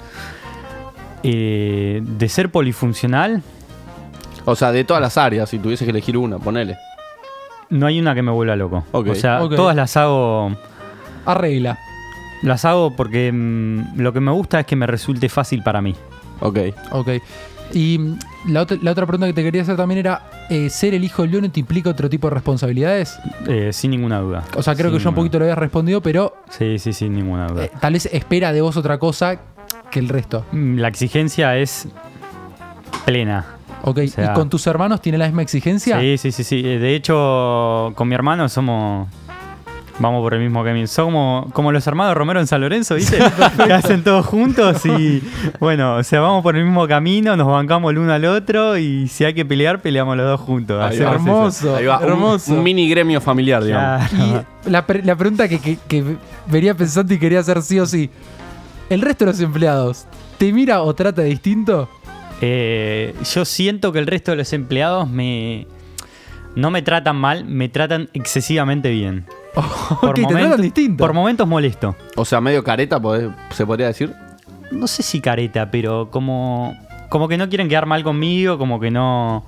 eh, de ser polifuncional, O sea, de todas las áreas, si tuvieses que elegir una, ponele. no hay una que me vuelva loco. Ok. O sea, Ok. todas las hago. empresa? Arregla. Las hago porque mm, lo que me gusta es que me resulte fácil para mí. Ok. Ok. Y mm, la, ot- la otra pregunta que te quería hacer también era, eh, ¿ser el hijo del león te implica otro tipo de responsabilidades? Eh, sin ninguna duda. O sea, creo Sin que yo un ninguna. poquito lo había respondido, pero Sí, sí, sin ninguna duda. eh, tal vez espera de vos otra cosa que el resto. Mm, La exigencia es plena. Ok, O sea, ¿y con tus hermanos tiene la misma exigencia? Sí, sí, sí, sí. Eh, De hecho, con mi hermano somos. Vamos por el mismo camino. Somos como los hermanos Romero en San Lorenzo, ¿viste? que hacen todos juntos y. Bueno, o sea, vamos por el mismo camino, nos bancamos el uno al otro y si hay que pelear, peleamos los dos juntos. Ahí Hacemos va. eso. Ahí va, un- Un, mini gremio familiar, digamos. Y la, pre- la pregunta que, que- que venía pensando y quería hacer sí o sí. ¿El resto de los empleados te mira o trata distinto? Eh, yo siento que el resto de los empleados me no me tratan mal, me tratan excesivamente bien. ok, te tratan distinto. por momentos molesto. O sea, medio careta, podés- se podría decir. No sé si careta, pero como como que no quieren quedar mal conmigo, como que no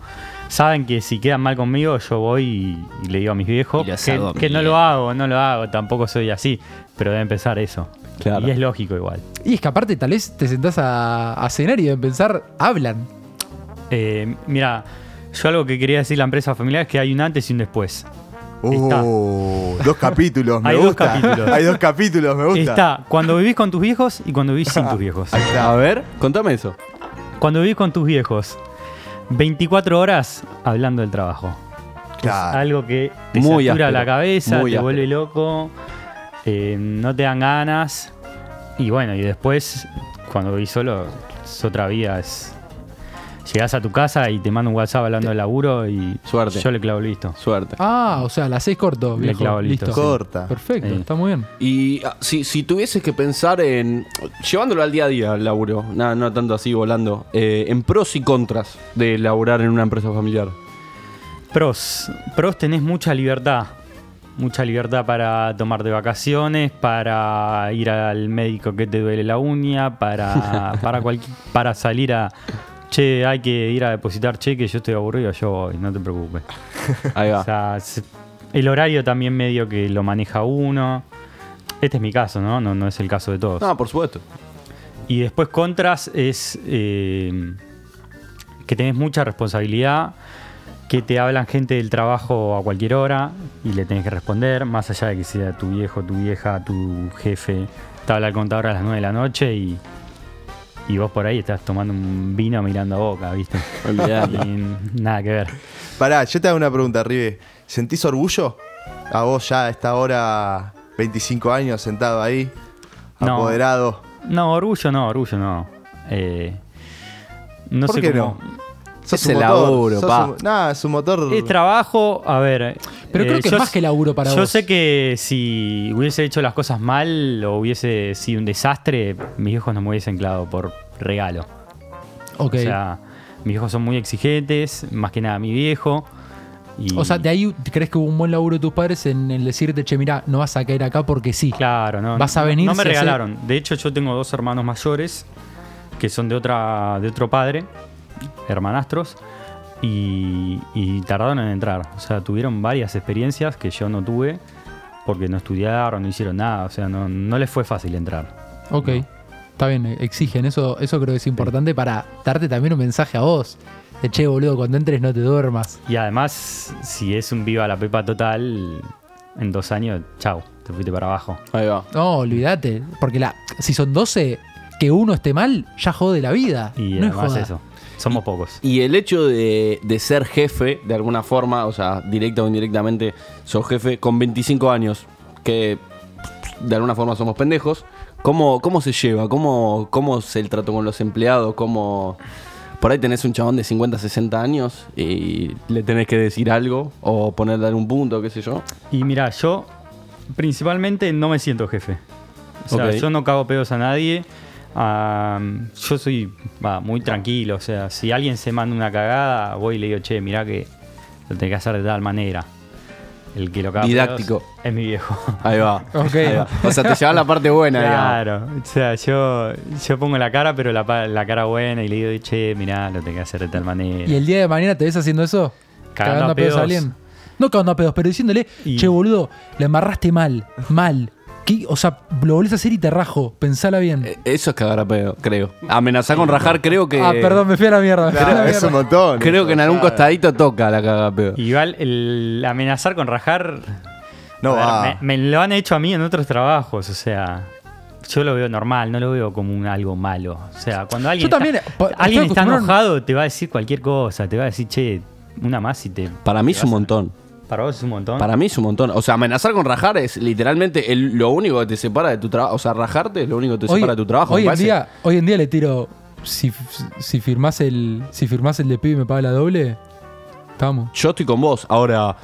saben que si quedan mal conmigo yo voy y, y le digo a mis viejos que, hago que no lo hago, no lo hago, tampoco soy así, pero debe empezar eso. Y es lógico igual. Y es que aparte tal vez te sentás a, a cenar y deben pensar, hablan. Eh, mira, yo algo que quería decir la empresa familiar es que hay un antes y un después. Oh, dos capítulos, me Hay dos gusta. capítulos. Hay dos capítulos, me gusta. Está cuando vivís con tus viejos y cuando vivís sin tus viejos. A ver, contame eso. Cuando vivís con tus viejos, 24 horas hablando del trabajo. Es Claro. algo que te Muy satura áspero, la cabeza, muy te áspero. vuelve loco, eh, no te dan ganas. Y bueno, y después, cuando vivís solo, es otra vida. Es... Llegás a tu casa y te manda un WhatsApp hablando del laburo y Suerte. yo le clavo listo. Suerte. Ah, o sea, las seis corto, Le viejo. clavo el listo. listo, sí. Corta. Perfecto, Sí. está muy bien. Y ah, si, si tuvieses que pensar en. Llevándolo al día a día, el laburo. Nada, no tanto así volando. eh, en pros y contras de laburar en una empresa familiar. Pros. Pros tenés mucha libertad. Mucha libertad para tomarte vacaciones, para ir al médico que te duele la uña, para, para, cualqui- para salir a. Che, hay que ir a depositar cheque, yo estoy aburrido, yo voy, no te preocupes. Ahí va. O sea, se- el horario también medio que lo maneja uno. Este es mi caso, ¿no? No, no es el caso de todos. No, por supuesto. Y después contras es eh, que tenés mucha responsabilidad, que te hablan gente del trabajo a cualquier hora y le tenés que responder, más allá de que sea tu viejo, tu vieja, tu jefe, estaba la contadora a las 9 de la noche y, y vos por ahí estás tomando un vino mirando a boca, ¿viste? Olvidate. Y nada que ver. Pará, yo te hago una pregunta, Ribe. ¿Sentís orgullo? A vos ya a esta hora, 25 años, sentado ahí, No. apoderado. No, orgullo no, orgullo no. Eh, no ¿Por sé qué cómo. no? Sos un motor, sos un- Nah, es un motor. Es trabajo, a ver. eh, Pero creo que es yo más s- que laburo para Yo vos. sé que si hubiese hecho las cosas mal o hubiese sido un desastre, mis hijos no me hubiesen clavado por regalo. Ok. O sea, mis hijos son muy exigentes, más que nada mi viejo. Y O sea, de ahí crees que hubo un buen laburo de tus padres en el decirte, che, mira, no vas a caer acá porque sí. Claro, no. Vas a no- venir. No me si haces- regalaron. De hecho, yo tengo dos hermanos mayores que son de otra de otro padre, hermanastros, y, y tardaron en entrar. O sea, tuvieron varias experiencias que yo no tuve porque no estudiaron, no hicieron nada. O sea, no, no les fue fácil entrar. Ok. Está bien, exigen. Eso, eso creo que es importante para darte también un mensaje a vos. De che, boludo, cuando entres no te duermas. Y además, si es un viva la pepa total, en dos años, chau, te fuiste para abajo. Ahí va. No, olvídate. Porque la, si son 12, que uno esté mal, ya jode la vida. Y no es además joda. eso. Somos pocos. Y el hecho de, de ser jefe, de alguna forma, o sea, directa o indirectamente, sos jefe con 25 años, que de alguna forma somos pendejos, ¿cómo, cómo se lleva? ¿Cómo, ¿Cómo es el trato con los empleados? ¿Cómo... Por ahí tenés un chabón de 50, 60 años y le tenés que decir algo o ponerle algún punto, qué sé yo. Y mira, yo principalmente no me siento jefe. O sea, Ok. yo no cago pedos a nadie. Am, yo soy va, muy tranquilo. O sea, si alguien se manda una cagada, voy y le digo, che, mirá que lo tenés que hacer de tal manera. El que lo caga pedos Didáctico. es mi viejo. Ahí va. Ok. Ahí va. O sea, te llevas la parte buena, digamos. Claro. O sea, yo, yo pongo la cara, pero la, pa- la cara buena y le digo, che, mirá, lo tenés que hacer de tal manera. ¿Y el día de mañana te ves haciendo eso? Cagando Cagando, a a pedos a pedos. alguien. No cagando a pedos, pero diciéndole, che, boludo, la amarraste mal, mal. ¿Qué? O sea, lo volvés a hacer y te rajo. Pensala bien. Eso es cagar a pedo, creo. Amenazar con rajar, creo que. Ah, perdón, me fui a la mierda. me fui a la mierda. montón. Creo que en algún costadito toca la caga a pedo. Igual el amenazar con rajar. No, a ver, va. me, me lo han hecho a mí en otros trabajos, o sea. Yo lo veo normal, no lo veo como un algo malo. O sea, cuando alguien, Yo también, está, po- alguien estoy está acostumbrado- enojado, te va a decir cualquier cosa, te va a decir, che, una más y te. Para mí es un montón. Para vos es un montón. Para mí es un montón. O sea, amenazar con rajar es literalmente el- lo único que te separa de tu trabajo. O sea, rajarte es lo único que te separa de tu trabajo. hoy me en parece. día, hoy en día le tiro. Si, si firmás el. Si firmás el de pibe y me paga la doble, estamos. Yo estoy con vos. Ahora,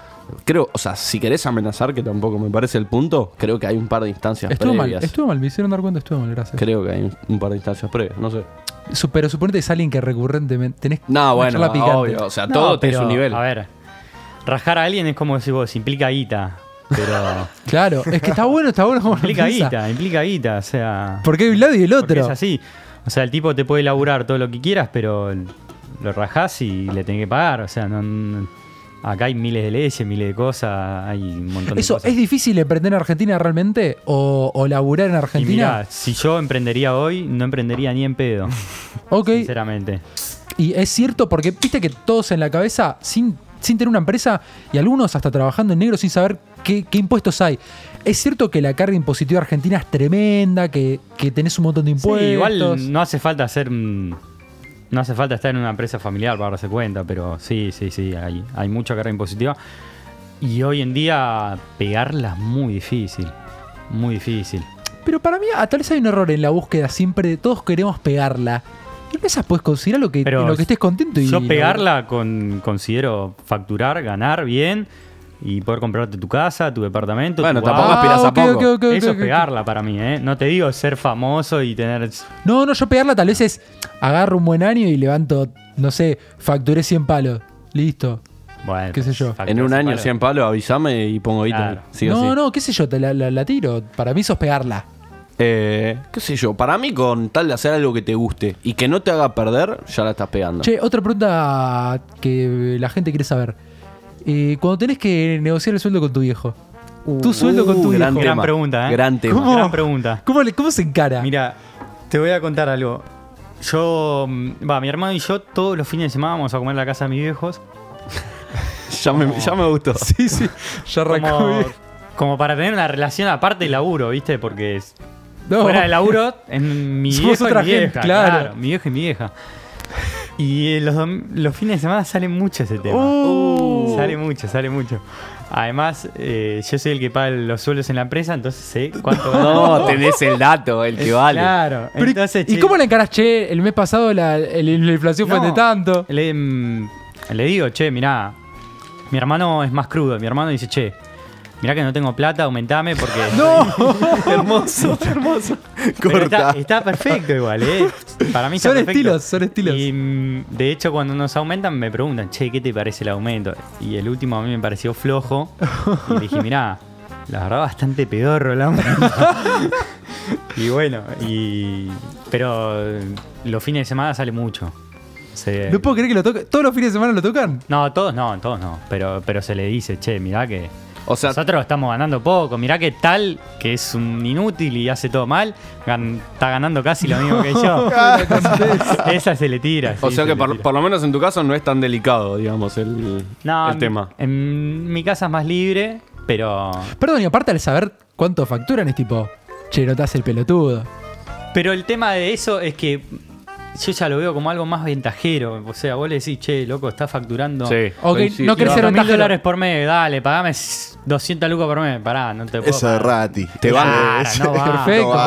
creo, o sea, si querés amenazar, que tampoco me parece el punto, creo que hay un par de instancias Estuvo mal, previas. estuvo mal, me hicieron dar cuenta, estuvo mal, gracias. Creo que hay un, un par de instancias previas, no sé. Su- pero suponete que es alguien que recurrentemente. Tenés No, una bueno, charla picante. obvio. O sea, No, todo tiene pero, su nivel. A ver, rajar a alguien es como decís vos, implica guita. Pero. Claro, es que está bueno, está bueno como lo implica piensa. guita, implica guita, o sea. Porque hay un lado y el Porque otro. es así. O sea, el tipo te puede laburar todo lo que quieras, pero lo rajás y le tenés que pagar. O sea, no- no- acá hay miles de leyes, miles de cosas, hay un montón de Eso, cosas. ¿es difícil emprender en Argentina realmente? ¿O, o laburar en y mirá, Argentina? si yo emprendería hoy, no emprendería ni en pedo. ok. Sinceramente. Y es cierto, porque viste que todos en la cabeza, sin, sin tener una empresa, y algunos hasta trabajando en negro sin saber qué, qué impuestos hay. Es cierto que la carga impositiva argentina es tremenda, que, que tenés un montón de Sí, impuestos. igual no hace falta ser. mm, No hace falta estar en una empresa familiar para darse cuenta, pero sí, sí, sí, hay, hay mucha carga impositiva. Y hoy en día pegarla es muy difícil. Muy difícil. Pero para mí, a tal vez hay un error en la búsqueda siempre de todos queremos pegarla. Y en esas puedes considerar lo que, Pero en lo que estés contento y. Yo pegarla con considero facturar, ganar bien y poder comprarte tu casa, tu departamento. Bueno, tu tampoco auto. aspiras a Ah, ok, poco. ok, ok, Eso ok, es ok. pegarla para mí, ¿eh? No te digo ser famoso y tener. No, no, yo pegarla tal vez es agarro un buen año y levanto, no sé, facturé 100 palos. Listo. Bueno, Qué sé yo. En un año, 100 palos, avísame y pongo guita. Claro. Sí o no, sí. no, qué sé yo, te la, la- la tiro. Para mí sos pegarla. Eh, qué sé yo, para mí con tal de hacer algo que te guste y que no te haga perder, ya la estás pegando. Che, otra pregunta que la gente quiere saber. Eh, cuando tenés que negociar el sueldo con tu viejo. tu sueldo con tu Uh, gran tema. viejo. Uh, Gran pregunta, ¿eh? Gran tema. ¿Cómo? Gran pregunta. ¿Cómo, le- cómo se encara? Mira, te voy a contar algo. Yo, mm, va, mi hermano y yo todos los fines de semana vamos a comer a la casa de mis viejos. Ya me, ya me gustó. Sí, sí. Ya arrancó como, bien. como para tener una relación aparte de laburo, ¿viste? Porque es- No. Fuera de laburo, en mi Somos viejo y otra mi vieja. gente, claro. claro. mi viejo y mi vieja. Y eh, los, dom- los fines de semana sale mucho ese tema. Uh. Sale mucho, sale mucho. Además, eh, yo soy el que paga los sueldos en la empresa, entonces sé cuánto. No, tenés el dato, el que Es- vale. Claro. Pero, entonces, ¿Y che, cómo la encarás, che? El mes pasado la, el- la inflación fue No. de tanto. Le, mm, le digo, che, mirá, mi hermano es más crudo. Mi hermano dice, che, mirá que no tengo plata, aumentame porque. ¡No! hermoso, hermoso. Pero Está, está perfecto igual, ¿eh? Para mí está Son perfecto. estilos, son estilos. Y mm, de hecho, cuando nos aumentan, me preguntan, che, ¿qué te parece el aumento? Y el último a mí me pareció flojo. Y le dije, mirá, la verdad, bastante pedorro el aumento. y bueno, y. Pero eh, los fines de semana sale mucho. Se- No puedo creer que lo toquen. Todos los fines de semana lo tocan. no, todos no, todos no. Pero, pero se le dice, che, mirá que. O sea, nosotros estamos ganando poco. Mirá que tal, que es un inútil y hace todo mal, gan- está ganando casi lo mismo que yo. Esa se le tira. O sí, sea se que le por, tira. por lo menos en tu caso no es tan delicado, digamos, el, No, el tema. En mi casa es más libre, pero. Perdón, y aparte al saber cuánto facturan es tipo, che, no te hace el pelotudo. Pero el tema de eso es que yo ya lo veo como algo más ventajero. O sea, vos le decís, che, loco, está facturando. Sí, Ok, coincido. no querés ser 4.000 ventajero. dólares por mes, dale, pagame 200 lucas por mes. Pará, no te puedo. Eso es pagar. rati. Te van va. no va. Perfecto,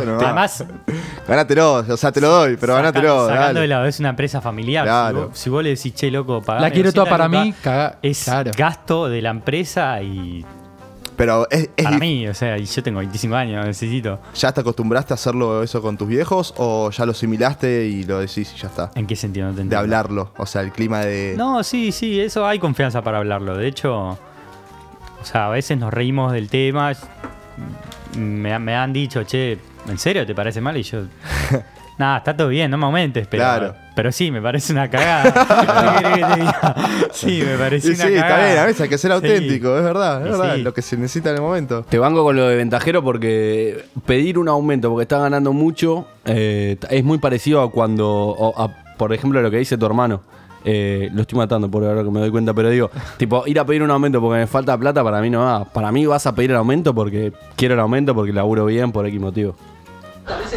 perfecto. Además- Ganátelo, o sea, te lo doy, pero Saca- ganátelo. sacando dale. de lado, es una empresa familiar. Si, Claro. vos, si vos le decís, che, loco, pagame La quiero toda 200 para lucas", mí, caga- Es claro. gasto de la empresa y. Pero es, es para di- mí, o sea, y yo tengo 25 años, necesito. ¿Ya te acostumbraste a hacerlo eso con tus viejos o ya lo asimilaste y lo decís y ya está? ¿En qué sentido? No te de hablarlo, o sea, el clima de... No, sí, sí, eso hay confianza para hablarlo. De hecho, o sea, a veces nos reímos del tema. Me, han- me han dicho, che, ¿en serio te parece mal? Y yo, nada, está todo bien, no me aumentes, pero, Claro. pero sí, me parece una cagada. ¿Qué querés que te diga? sí, me Y sí, parece una está cagada. bien, a veces hay que ser Sí. auténtico, es verdad, Y es verdad, sí. lo que se necesita en el momento. Te banco con lo de ventajero porque pedir un aumento porque estás ganando mucho eh, es muy parecido a cuando, o a, por ejemplo, lo que dice tu hermano. Eh, lo estoy matando por ahora que me doy cuenta, pero digo, tipo, ir a pedir un aumento porque me falta plata para mí no va. Para mí vas a pedir el aumento porque quiero el aumento, porque laburo bien, por X motivo.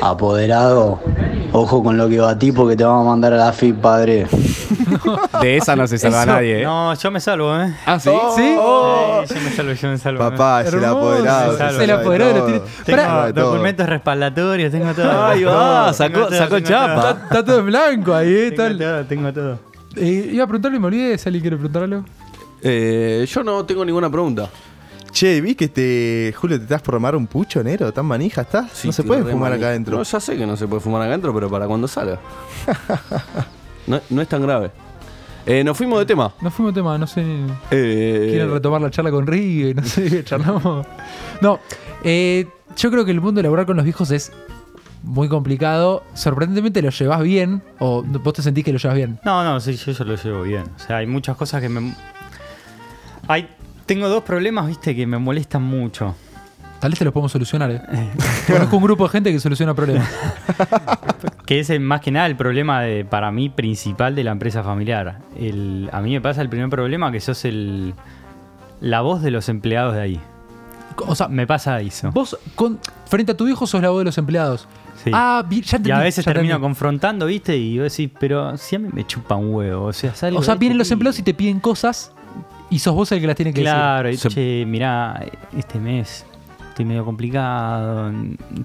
Apoderado, ojo con lo que batí porque te vamos a mandar a la FIP, padre. De esa no se salva nadie, ¿eh? No, yo me salvo, ¿eh? Ah, ¿sí? ¿Sí? Oh, yo me salvo, yo me salvo. Papá, ¿eh? es el apoderado, Me salvo. se sabe todo. Tengo Pará. documentos respaldatorios, tengo todo. Ahí va, Tengo sacó- todo, sacó tengo chapa. todo. Está, está todo en blanco ahí, eh, Tengo tal. todo, tengo todo. Eh, iba a preguntarle y me olvidé, si alguien quiere preguntarlo. Eh, yo no tengo ninguna pregunta. Che, vi que te, Julio, te estás por armar un pucho, negro, tan manija estás. no se puede fumar acá adentro. No, ya sé que no se puede fumar acá adentro, pero para cuando salga. no, no es tan grave. Eh, nos fuimos de tema. No fuimos tema, no sé. Eh, Quieren retomar la charla con Rigue, no sé, charlamos. No, eh, yo creo que el mundo laboral con los viejos es muy complicado. Sorprendentemente lo llevas bien, o vos te sentís que lo llevas bien. No, no, sí, yo, yo lo llevo bien. O sea, hay muchas cosas que me. Hay, tengo dos problemas, viste, que me molestan mucho. Tal vez te los podemos solucionar, eh. Conozco un grupo de gente que soluciona problemas. Que es el- más que nada el problema de, para mí principal de la empresa familiar. El- a mí me pasa el primer problema que sos el, la voz de los empleados de ahí. O sea, me pasa eso. Vos, con, frente a tu hijo, sos la voz de los empleados. Sí. Ah, vi- ya y a entendí, veces ya termino entendí. confrontando, ¿viste? Y yo decís, pero si a mí me chupa un huevo. O sea, salgo O sea, de vienen este los empleados y te piden cosas y sos vos el que las tiene que Claro, y, decir. che, mirá, este mes estoy medio complicado,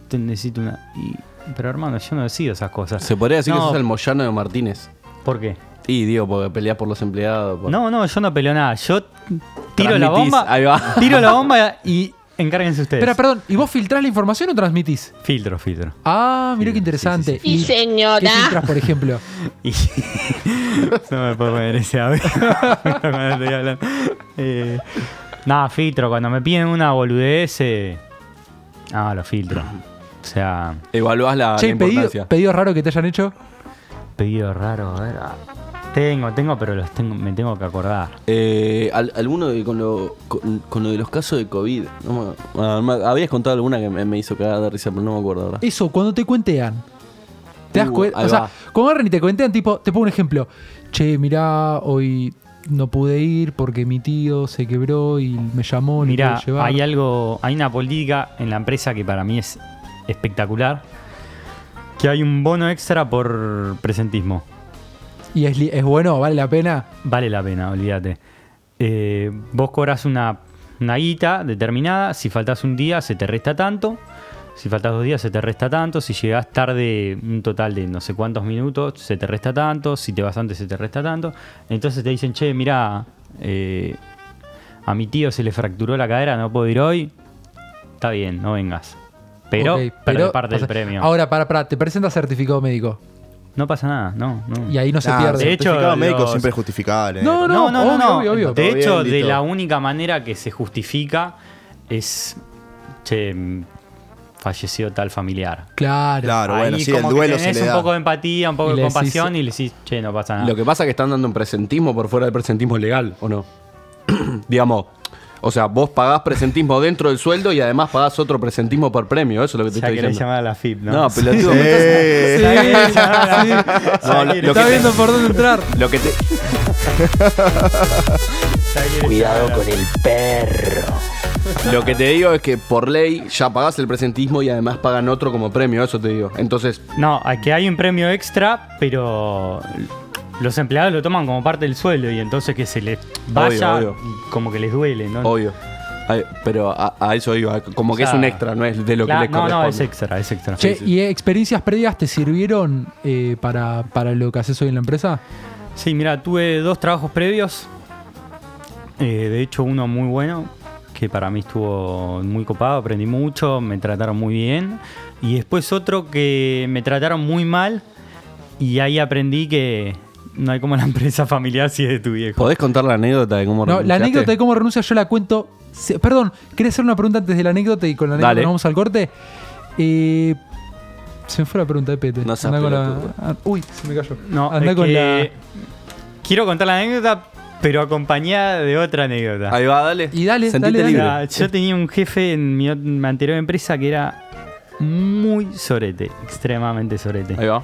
te- necesito una... y- pero hermano, yo no decido esas cosas. Se podría decir que No, sos el Moyano de Martínez. ¿Por qué? Y digo, porque peleas por los empleados. por- No, no, yo no peleo nada. Yo tiro la Transmitís, bomba, ahí va. tiro la bomba y encárguense ustedes. Espera, perdón, ¿y vos filtrás la información o transmitís? Filtro, filtro. Ah, mira qué interesante. sí, sí. ¿Y Sí, señora. ¿Qué filtras, por ejemplo? Y- no me puedo poner ese audio cuando estoy hablando. Eh, nada, filtro. Cuando me piden una boludez, eh, ah, lo filtro. O sea, Evaluás la, che, Ah, la ¿y pedido, importancia. pedido raro que te hayan hecho. pedido raro, a ver. ah, Tengo, tengo, pero los tengo, me tengo que acordar. Eh, al- alguno de- con, lo, con, con lo de los casos de COVID. No me- ah, me- habías contado alguna que me, me hizo cagar de risa, pero no me acuerdo ahora. Eso, cuando te cuentean. Te das Uh, cuenta. ahí O sea, va. cuando agarran y te cuentean, tipo, te pongo un ejemplo. Che, mirá, hoy no pude ir porque mi tío se quebró y me llamó, no Mira, pude llevar. hay algo, hay una política en la empresa que para mí es espectacular, que hay un bono extra por presentismo. ¿Y es, li- es bueno? ¿Vale la pena? Vale la pena, olvídate. Eh, vos cobras una, una guita determinada, si faltás un día se te resta tanto, si faltás dos días se te resta tanto, si llegás tarde un total de no sé cuántos minutos se te resta tanto, si te vas antes se te resta tanto. Entonces te dicen, che, mira, a mi tío se le fracturó la cadera, no puedo ir hoy, está bien, no vengas. Pero, Ok, perdés pero- parte o sea, del premio. Ahora, para, para, te presenta certificado médico. No pasa nada, no. no. Y ahí no se Nah, pierde. De hecho, certificado médico los- siempre es justificable. No, no, obvio, obvio, obvio. De Todo hecho, bien, de listo. la única manera que se justifica es. Che, mm, falleció tal familiar. Claro. Claro, Ahí bueno, sí, el como que duelo se tenés le un da. poco de empatía, un poco Y de le decís- compasión y le decís, che, no pasa nada. Lo que pasa es que están dando un presentismo por fuera del presentismo legal, ¿o no? Digamos, o sea, vos pagás presentismo dentro del sueldo y además pagás otro presentismo por premio, eso es lo que te Ya estoy querés diciendo. llamar a la FIP, ¿no? No, pelotudo, Sí. me ¿Eh? estás- Sí, ya, sí. No, lo- lo Está que te- viendo por dónde entrar. Lo que te... Cuidado con el perro. Lo que te digo es que por ley ya pagás el presentismo y además pagan otro como premio, eso te digo. Entonces, No, aquí hay un premio extra, pero los empleados lo toman como parte del sueldo y entonces que se les vaya Obvio, obvio. como que les duele, ¿no? obvio. Ay, pero a, a eso digo, a- como O que es sea, un extra, no es de lo que la- le no, corresponde. no, es extra, es extra. Che, ¿y experiencias previas te sirvieron eh, para, para lo que haces hoy en la empresa? Sí, mira, tuve dos trabajos previos. Eh, de hecho, uno muy bueno, que para mí estuvo muy copado, aprendí mucho, me trataron muy bien. Y después otro que me trataron muy mal y ahí aprendí que no hay como la empresa familiar si es de tu viejo. ¿Podés contar la anécdota de cómo No, la renunciaste? anécdota de cómo renuncia yo la cuento. Se- perdón, quería hacer una pregunta antes de la anécdota y con la anécdota Dale. nos vamos al corte. Eh, se me fue la pregunta de Pete. No seas Andá con la- pelotudo. ah, Uy, se me cayó. No, Andá es con que Quiero contar la anécdota, pero acompañada de otra anécdota. Ahí va, dale. Y dale, Sentite libre. Ah, Yo tenía un jefe en mi, ot- mi anterior empresa que era muy sorete, extremadamente sorete. Ahí va. la.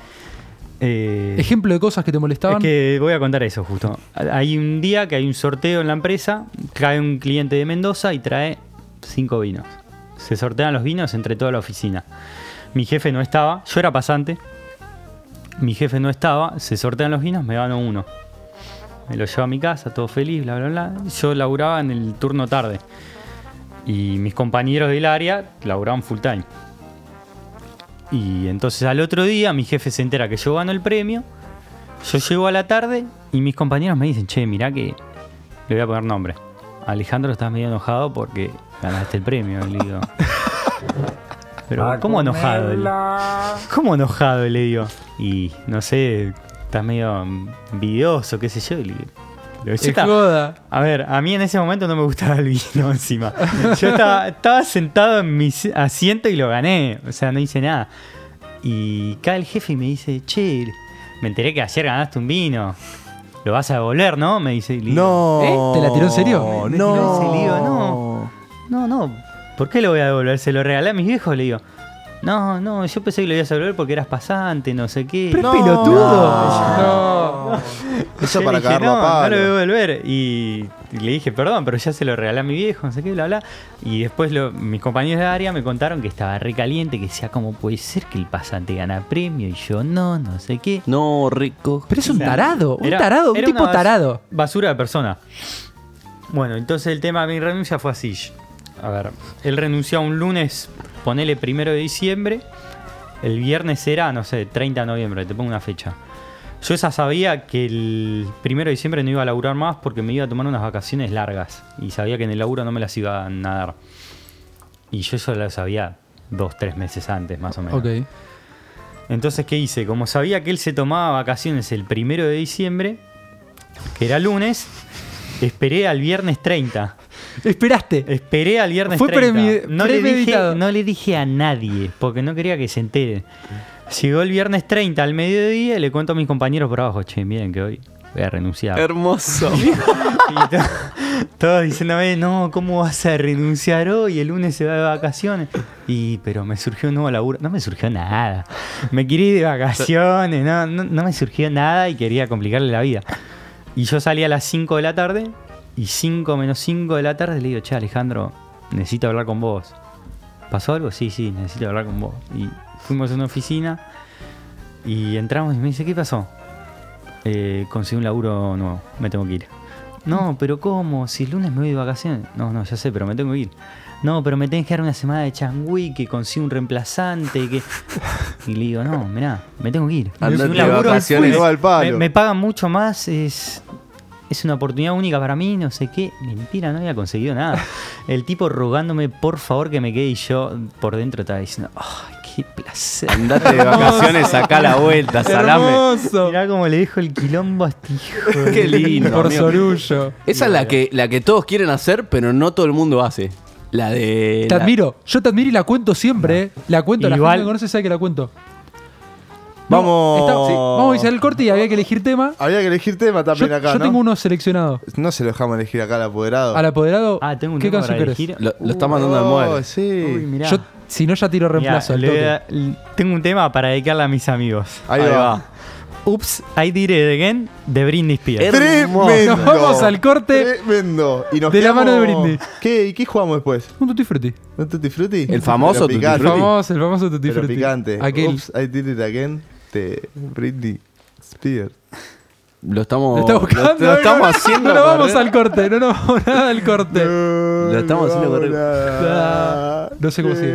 Ejemplo de cosas que te molestaban. Eh, Es que voy a contar eso justo. Hay un día que hay un sorteo en la empresa, cae un cliente de Mendoza y trae cinco vinos. Se sortean los vinos entre toda la oficina. Mi jefe no estaba, yo era pasante. Mi jefe no estaba, se sortean los vinos, me gano uno. Me lo llevo a mi casa, todo feliz, bla, bla, bla. Yo laburaba en el turno tarde. Y mis compañeros del área laburaban full time. Y entonces al otro día mi jefe se entera que yo gano el premio. Yo llego a la tarde y mis compañeros me dicen, che, mirá que le voy a poner nombre. Alejandro estás medio enojado porque ganaste el premio. Le digo. Pero, ¿cómo enojado? Le- ¿Cómo enojado? Le digo. Y no sé, estás medio envidioso, qué sé yo. Le digo. Pero Es joda. A ver, a mí en ese momento no me gustaba el vino encima. Yo estaba, estaba sentado en mi si- asiento y lo gané. O sea, no hice nada. Y cae el jefe y me dice, che, me enteré que ayer ganaste un vino. Lo vas a devolver, ¿no? Me dice. No. ¿Eh? ¿Te la tiró en serio? Me, me tiró en serio, le digo, no. No, no. ¿Por qué lo voy a devolver? Se lo regalé a mis viejos, le digo. No, no, yo pensé que lo ibas a devolver porque eras pasante, no sé qué. ¡Pero es pelotudo! No. Eso Yo para le dije, cagarlo a no, palo". No lo voy a devolver. Y le dije, perdón, pero ya se lo regalé a mi viejo, no sé qué, bla, bla. Y después lo- mis compañeros de área me contaron que estaba re caliente, que decía, ¿cómo puede ser que el pasante gana premio y yo no, no sé qué? No, rico. Pero es un Era- tarado, un era- tarado, un era tipo una bas- tarado. Basura de persona. Bueno, entonces el tema de mi renuncia fue así. A ver, él renunció un lunes, ponele primero de diciembre. El viernes era, no sé, 30 de noviembre, te pongo una fecha. Yo esa sabía que el primero de diciembre no iba a laburar más porque me iba a tomar unas vacaciones largas. Y sabía que en el laburo no me las iba a nadar. Y yo eso lo sabía dos, tres meses antes, más o menos. Ok. Entonces, ¿qué hice? Como sabía que él se tomaba vacaciones el primero de diciembre, que era lunes, esperé al viernes 30. ¿Esperaste? Esperé al viernes Fue 30. premi- no, le dije, premeditado. no le dije a nadie, porque no quería que se entere. Llegó el viernes 30 al mediodía y le cuento a mis compañeros por abajo, che, miren que hoy voy a renunciar. Hermoso. Todos diciéndome, no, ¿cómo vas a renunciar hoy? El lunes se va de vacaciones. Y, pero me surgió un nuevo laburo. No me surgió nada. Me quería ir de vacaciones. No, no, no me surgió nada y quería complicarle la vida. Y yo salí a las 5 de la tarde. Y 5 menos 5 de la tarde le digo, che, Alejandro, necesito hablar con vos. ¿pasó algo? Sí, sí, necesito hablar con vos. Y fuimos a una oficina y entramos y me dice, ¿qué pasó? Eh, conseguí un laburo nuevo, me tengo que ir. No, pero ¿cómo? Si el lunes me voy de vacaciones. No, no, ya sé, pero me tengo que ir. No, pero me tenés que dar una semana de changüí, que consigo un reemplazante, y que... Y le digo, no, mirá, me tengo que ir. Andate Conseguí un de laburo, vacaciones. me- No, al palo. me- me pagan mucho más, es, es una oportunidad única para mí, no sé qué. Mentira, no había conseguido nada. El tipo rogándome, por favor, que me quede y yo por dentro estaba diciendo, ¡ay, qué placer! Andate de vacaciones, sacá la vuelta, salame. Mirá cómo le dejo el quilombo a este hijo. de- Qué lindo. amigo. Esa es la Mira. que, la que todos quieren hacer, pero no todo el mundo hace. La de. Te la- admiro, yo te admiro y la cuento siempre, eh. La cuento, la gente Igual- que me conoce sabe que la cuento. Vamos. Está- sí, vamos a iniciar el corte y había que elegir tema. Había que elegir tema también Yo, acá. yo ¿no? tengo uno seleccionado. No se lo dejamos elegir acá al apoderado. Al apoderado. Ah, tengo un ¿Qué tema canción para querés? elegir. Lo, lo está mandando al Oh, muere. sí. Uy, mirá. Yo, si no, ya tiro reemplazo. al Mirá, le voy toque. a- l- tengo un tema para dedicarle a mis amigos. Ahí va. Ups, I did it again de Britney Spears. Tremendo. Nos vamos al corte. Tremendo. Y nos de la mano de quedamos- Britney. ¿Qué? ¿Y qué jugamos después? Un Tutti Frutti. ¿Un Tutti Frutti? El famoso Pero picante. Tutti Frutti. Vamos, el famoso Tutti Pero Frutti. picante. Aquel. Oops, I did it again. De Britney Spears. Lo estamos. Lo está lo- buscando. lo no, estamos no, haciendo. No, nos vamos correr. al corte. No nos vamos nada al corte. Lo estamos haciendo correr. Ah, No sé cómo sigue.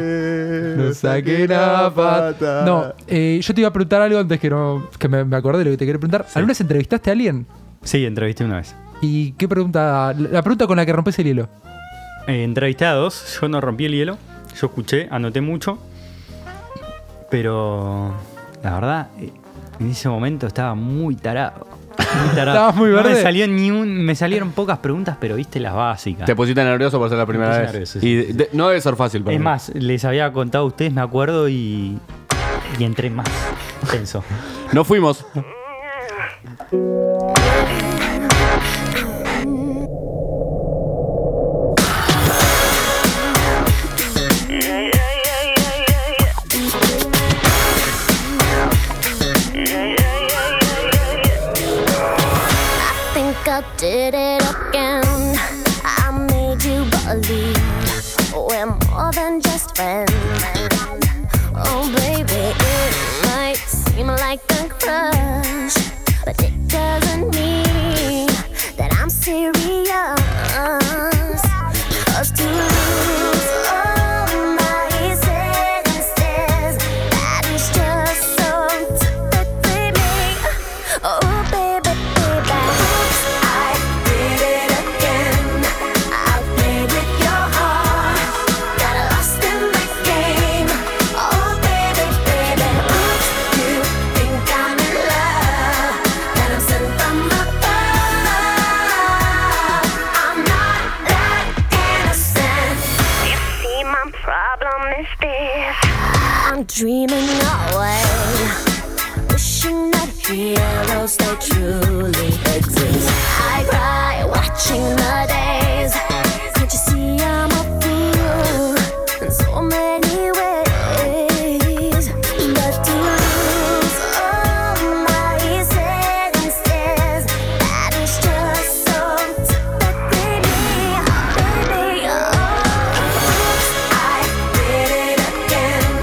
No saqué la pata. No, eh, yo te iba a preguntar algo antes que no que me, me acordé de lo que te quería preguntar. ¿Alguna vez entrevistaste a alguien? Sí, entrevisté una vez. ¿Y qué pregunta? La pregunta con la que rompes el hielo. Eh, entrevisté a dos, yo no rompí el hielo, yo escuché, anoté mucho, pero la verdad, eh, en ese momento estaba muy tarado. Muy tarado. Estabas muy No verde. me, salió ni un, me salieron pocas preguntas, pero viste las básicas. Te pusiste nervioso por ser la primera puse vez. nervioso, sí, y de- no debe ser fácil para Es mí. más, les había contado a ustedes, me acuerdo, y, y entré más tenso. Nos fuimos. I think I did it again. I made you believe we're more than just friends. Oh, baby, it might seem like a crush, but it doesn't mean that I'm serious. 'Cause to lose all my senses, that is just so typically me. Oh, baby, baby. Oops, I did it again. I played with your heart. Got lost in the game. Oh, baby, baby. Oops, you think I'm in love. That I'm sent from above. I'm not that innocent. You see, my problem is this. I'm dreaming away. Wishing that heroes they truly exist. I cry watching the days. Can't you see I'm a fool in so many ways? But to lose all my senses, that is just so typically me, baby. Oh, oops, I did it again.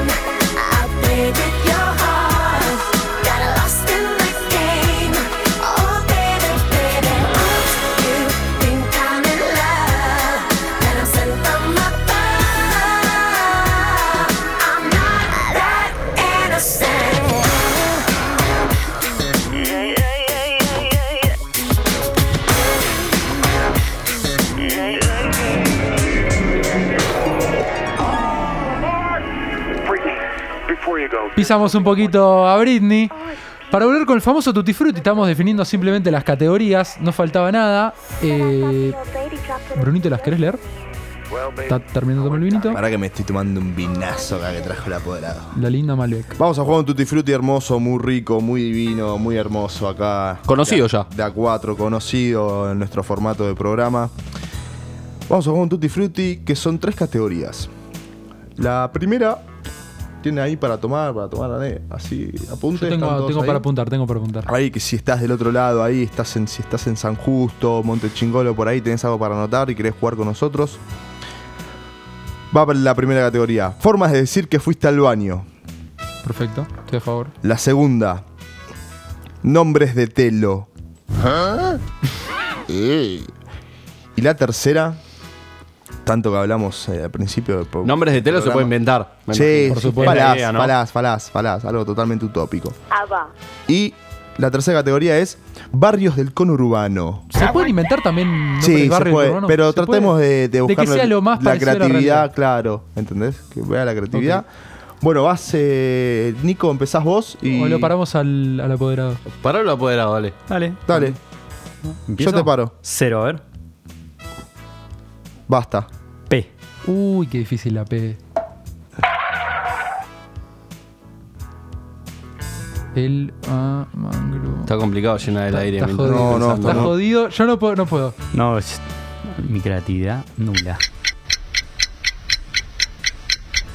I played with your heart. Got lost in the game. Oh, baby, baby. Oops, you think I'm in love. Then I'm sent from above. I'm not that Pisamos un poquito a Britney. Para volver con el famoso Tutti Frutti, estamos definiendo simplemente las categorías, no faltaba nada. Eh, Brunito, ¿las querés leer? Está terminando con el vinito. Ahora que me estoy tomando un vinazo acá que trajo el apoderado. La linda Malbec. Vamos a jugar un Tutti Frutti hermoso, muy rico, muy divino, muy hermoso acá. Conocido ya. De A4, conocido en nuestro formato de programa. Vamos a jugar un Tutti Frutti que son tres categorías. La primera tiene ahí para tomar, para tomar ale- así, apunte. Yo tengo, tengo para apuntar, tengo para apuntar. Ahí que si estás del otro lado, ahí estás en, si estás en San Justo, Monte Chingolo, por ahí tenés algo para anotar y querés jugar con nosotros. Va para la primera categoría. Formas de decir que fuiste al baño. Perfecto, estoy a favor. La segunda. Nombres de telo. Ey. Y la tercera. Tanto que hablamos eh, al principio. del po- Nombres de telo se programa. puede inventar, me Sí, imagino. Por sí, supuesto. Es falaz, la idea, ¿no? falaz, falaz, falaz, Algo totalmente utópico. Y la tercera categoría es barrios del conurbano. ¿Se pueden inventar también nombres Sí, se barrios puede, urbanos? pero ¿Se tratemos puede? de, de buscar que sea lo más la parecido a la creatividad, realidad. claro, ¿entendés? Que vea la creatividad. Bueno, vas, eh, Nico, empezás vos y... O lo paramos al, al apoderado. Paralo apoderado, dale. Dale. Dale. Yo te paro. Cero, a ver. Basta. P. Uy, qué difícil la P. El A mangro. Está complicado llenar el aire. Está mientras jodido. estoy está pensando. jodido. Yo no puedo. No puedo. No, es- mi creatividad nula.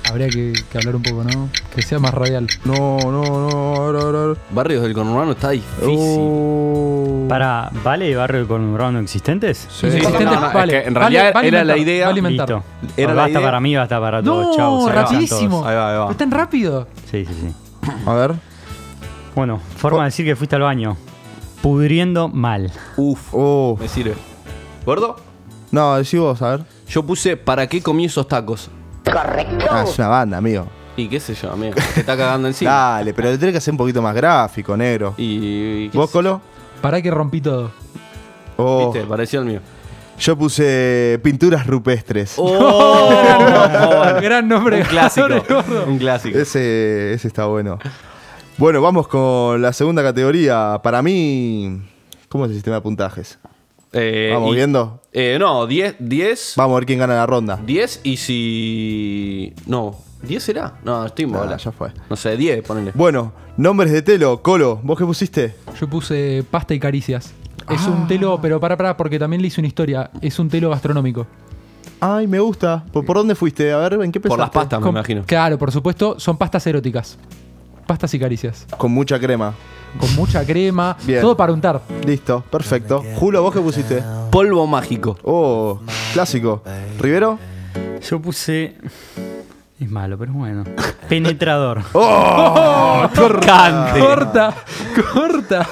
Habría que, que hablar un poco, ¿no? Que sea más radial. No, no, no. Barrios del conurbano está difícil. Uh. Para, ¿vale barrio conurbano existentes? Sí, sí, Existentes, no, no, es vale. que en realidad Vale, vale era la inventar, idea- vale inventar. Listo. Era la basta idea- para mí, basta para todos. No, Chau, se vayan rapidísimo. todos. Ahí va, ahí va. Es tan rápido. Sí, sí, sí. A ver. Bueno, forma de decir que fuiste al baño. Pudriendo mal. Uf. Oh. Me sirve. ¿Gordo? No, decí vos, a ver. Yo puse, ¿para qué comí esos tacos? Correcto. Ah, es una banda, amigo. Y qué sé yo, amigo. Te está cagando encima. Dale, pero le tenés que hacer un poquito más gráfico, negro. Y, ¿Vos, Colo? Pará que rompí todo. Oh, Viste, pareció el mío. yo puse pinturas rupestres. Oh. gran nombre. Un clásico. un clásico. Ese, ese está bueno. Bueno, vamos con la segunda categoría. Para mí, ¿cómo es el sistema de puntajes? Eh, ¿Vamos y- viendo? Eh, no, 10, 10, Vamos a ver quién gana la ronda. 10 y si... No, 10 será. No, estoy mal. Ah, ya fue. No sé, 10, ponele. Bueno, nombres de telo. Colo, ¿vos qué pusiste? Yo puse pasta y caricias. Es Ah. un telo, pero pará, pará, porque también le hice una historia. Es un telo gastronómico. Ay, me gusta. ¿Por, por dónde fuiste? A ver, ¿en qué pensaste? Con- Claro, por supuesto, son pastas eróticas. Pastas y caricias. Con mucha crema. Con mucha crema, Bien. todo para untar. Listo, perfecto. Julio, ¿vos qué pusiste? Polvo mágico. Oh, clásico. ¿Rivero? Yo puse. Es malo, pero bueno. Penetrador. ¡Oh! Cortante. Corta, corta.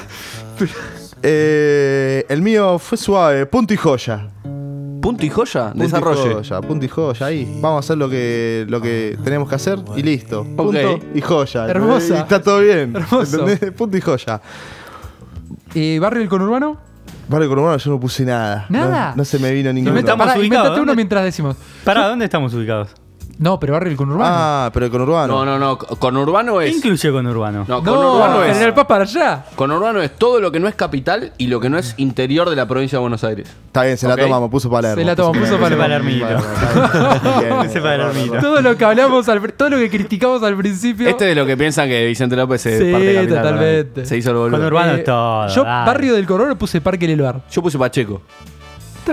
Eh, el mío fue suave. Punto y joya. Punto y joya, Punto desarrolle. Y joya, punto y joya, ahí. Vamos a hacer lo que, lo que tenemos que hacer y listo. Punto Ok. y joya. Hermosa. Y está todo bien. Hermoso. ¿entendés? Punto y joya. Eh, ¿Barrio del conurbano? Barrio Conurbano yo no puse nada. Nada. No, no se me vino ninguno. Inventa- pará, ubicados, inventate uno ¿dónde? mientras decimos. ¿Para dónde estamos ubicados? No, pero Barrio del conurbano. Ah, pero con No, Urbano. no, no. Con Urbano ¿Qué es... incluye con Urbano? No, con no, Urbano es... General Paz para allá. Con Urbano es todo lo que no es capital y lo que no es interior de la provincia de Buenos Aires. Está bien, se la Ok. tomamos, puso Palermo. Se la tomamos, puso Ese Palermo. para el ermito. Ese para el ermito. Todo lo que hablamos, al, pr- todo lo que criticamos al principio. Este es de lo que piensan que Vicente López es Sí, parte de capital, totalmente. ¿no? Se hizo el boludo. Con Urbano Eh, es todo. Yo, dale. Barrio del conurbano puse Parque Leluar. Yo puse Pacheco.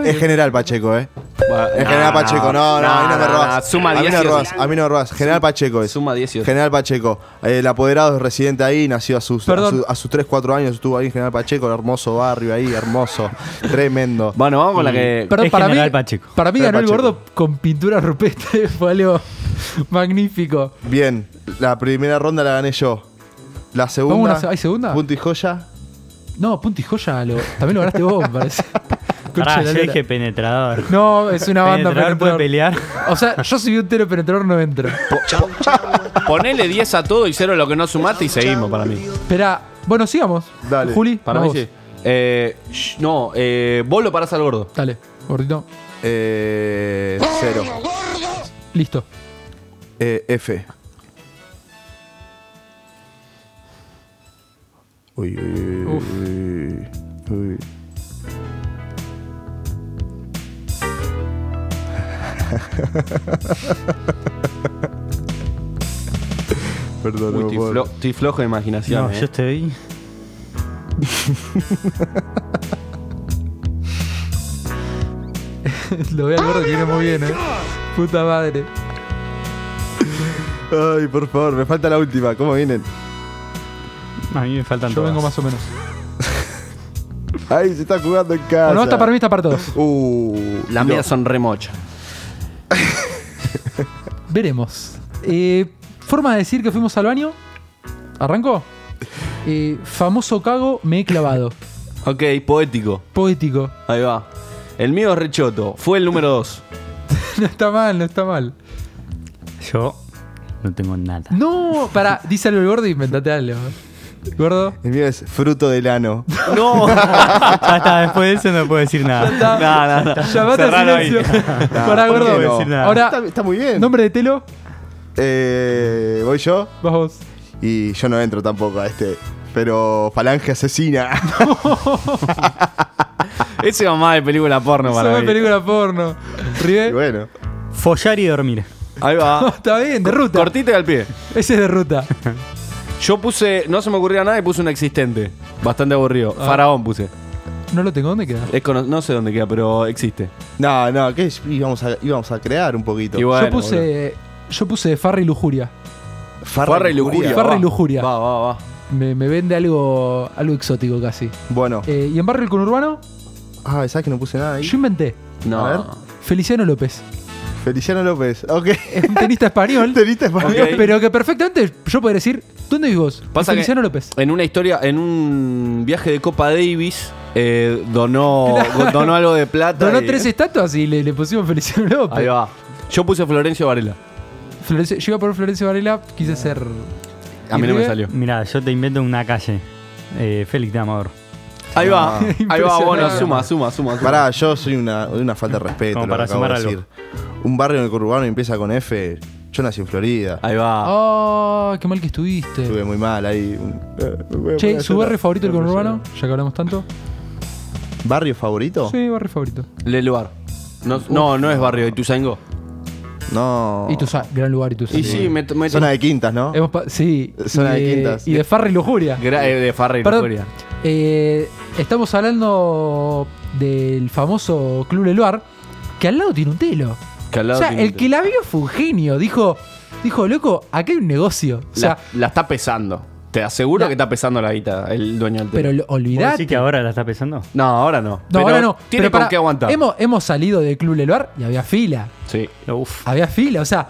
Es general Pacheco, eh. Es No, general Pacheco, no, no, a mí no me Ah, no, robas. Suma a mí 10 no y robas, a mí no robas. General Pacheco es. Suma 10 y ocho. General Pacheco. Eh, El apoderado es residente ahí, nació a sus, a Perdón. sus, a sus 3, 4 años, estuvo ahí en General Pacheco, el hermoso barrio ahí, hermoso, tremendo. Bueno, vamos con la que. Perdón, Es para mí, General Pacheco. para mí General ganó el Pacheco. gordo con pintura rupestre. Fue algo magnífico. Bien, la primera ronda la gané yo. La ¿Vamos a segunda, una se- ¿Hay segunda? punto y joya. No, punto y joya lo- también lo ganaste vos, me parece. Concha Pará, de la yo lora. dije penetrador. No, es una banda penetrador puede penetrador. pelear. O sea, yo soy un tero penetrador, no entro. Ponele 10 a todo y cero a lo que no sumaste y seguimos para mí. Espera, bueno, sigamos. Dale. Juli, Para vas mí vos. sí. Eh, sh- no, eh, vos lo parás al gordo. Dale, gordito. Eh, cero. Listo. Eh, F. Uy, uy, uy, Uf. uy, uy. Perdón, Uy, no estoy, puedo. flo- estoy flojo de imaginación. No, eh. yo estoy. lo veo al gordo que viene muy bien, eh. Puta madre. Ay, por favor, me falta la última. ¿Cómo vienen? A mí me faltan Yo todas. vengo más o menos. Ay, se está jugando en casa. Bueno, esta para mí, esta para todos. Uh, Las no. mías son remocha. Veremos. Eh, forma de decir que fuimos al baño. ¿Arrancó? Eh, famoso cago, me he clavado. Ok, poético. Poético. Ahí va. El mío es Rechoto. Fue el número 2. no está mal, no está mal. Yo no tengo nada. No, para, dice algo el gordo y inventate algo. Gordo. El mío es fruto del ano. No. Hasta después de eso no puedo decir nada. está. Ah, No, no, no. Llamate a Cerralo ahí. silencio. Nah, Pará, Ah, ¿por qué gordo. no? Ah, Ahora, Está- muy bien. Nombre de Telo. Eh, ¿Voy yo? Vas vos. Y yo no entro tampoco a este. Pero Falange Asesina. Ese va más de película porno Esa para fue mí. película porno. River. Bueno. Follar y dormir. Ahí va. Está bien, de ruta. Cortita y al pie. Ese es de ruta. Yo puse, no se me ocurría nada y puse un existente. Bastante aburrido. Ah. Faraón puse. No lo tengo, ¿dónde queda? Es cono- no sé dónde queda, pero existe. No, no, ¿qué es? íbamos a, íbamos a crear un poquito? Igual. yo puse. Yo puse Farra y Lujuria. Farra y lujuria. Farra y va. lujuria. Va, va, va. Me, me vende algo. algo exótico casi. Bueno. Eh, ¿Y en barrio el conurbano? Ah, ¿sabes que no puse nada ahí? Yo inventé. No. A ver. Feliciano López. Feliciano López. Ok. Un tenista español. tenista español. Ok. Pero que perfectamente yo podría decir. ¿Dónde vivís vos? Pasa que Feliciano López. En una historia, en un viaje de Copa Davis, eh, donó, Claro. donó algo de plata. Donó y- tres estatuas y le, le pusimos Feliciano López. Ahí va. Yo puse Florencio Varela. Florencio, yo iba por Florencio Varela, Ah. quise ser. A mí no me salió. Mirá, yo te invento una calle. Eh, Félix de Amador. Ahí va. Ah. Ahí va, bueno, Impresionante. suma, suma, suma. suma. Pará, yo soy una, una falta de respeto. Como lo para que acabo sumar de algo. decir. Un barrio en el conurbano empieza con F. Yo nací en Florida. Ahí va. Oh, qué mal que estuviste. Estuve muy mal ahí. Un- eh, me voy a poner Che, a ¿su llorar. barrio favorito el conurbano? Ya que hablamos tanto. ¿Barrio Oh. favorito? Sí, barrio favorito. Le lugar. No, no, no es barrio de Ituzaingó. No. Y tu gran lugar y tu Oh. Y sí, me, me Zona de quintas, ¿no? Sí. Zona y de quintas. Y de Farra y Lujuria. Gra- eh, de Farra y Perdón. Lujuria. Eh, estamos hablando del famoso Club Leluar, que al lado tiene un telo. Que al lado o sea, tiene el un que la vio fue un genio. Dijo, dijo, loco, acá hay un negocio. O sea, La, la está pesando. Te aseguro La- que está pesando la guita el dueño del pero telo. lo- ¿Vos olvidate. decís que ahora la está pesando? No, ahora no. No, Pero ahora no. Tiene pero con pará, qué aguantar. Hemos, hemos salido del Club Leluar y había fila. Sí. Uf. Había fila, o sea,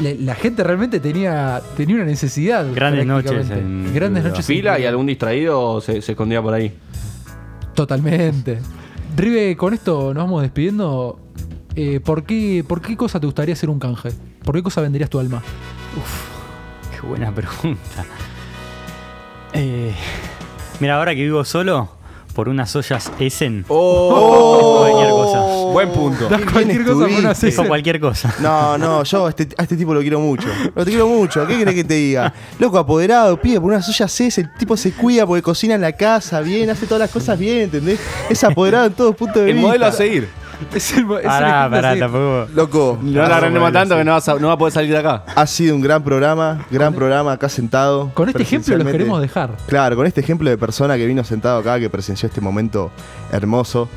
le- la gente realmente tenía, tenía una necesidad. Grandes noches prácticamente. en- Grandes noches. en Fila Club y algún distraído se, se escondía por ahí. Totalmente. Ribe, con esto nos vamos despidiendo. Eh, ¿por, qué, ¿Por qué cosa te gustaría hacer un canje? ¿Por qué cosa venderías tu alma? Qué buena pregunta. Eh, mira, ahora que vivo solo, por unas ollas Essen. Oh. Oh. Cualquier cosa. Oh. Buen punto. Qué bien Cualquier cosa por una estuviste. Essen. Dijo cualquier cosa. No, no, yo a este, a este tipo lo quiero mucho. Lo quiero mucho. ¿Qué querés que te diga? Loco, apoderado, pide por una soya C, el tipo se cuida porque cocina en la casa bien, hace todas las cosas bien, ¿entendés? Es apoderado en todos puntos de El vista. modelo a seguir. Ah, Es el, es el Pará, ejemplo pará, así. tampoco. Loco, No la renemos tanto que no vas a, no vas a poder salir de acá. ha sido un gran programa, gran programa acá sentado. Con este ejemplo los presencialmente. queremos dejar. Claro, con este ejemplo de persona que vino sentado acá, que presenció este momento hermoso,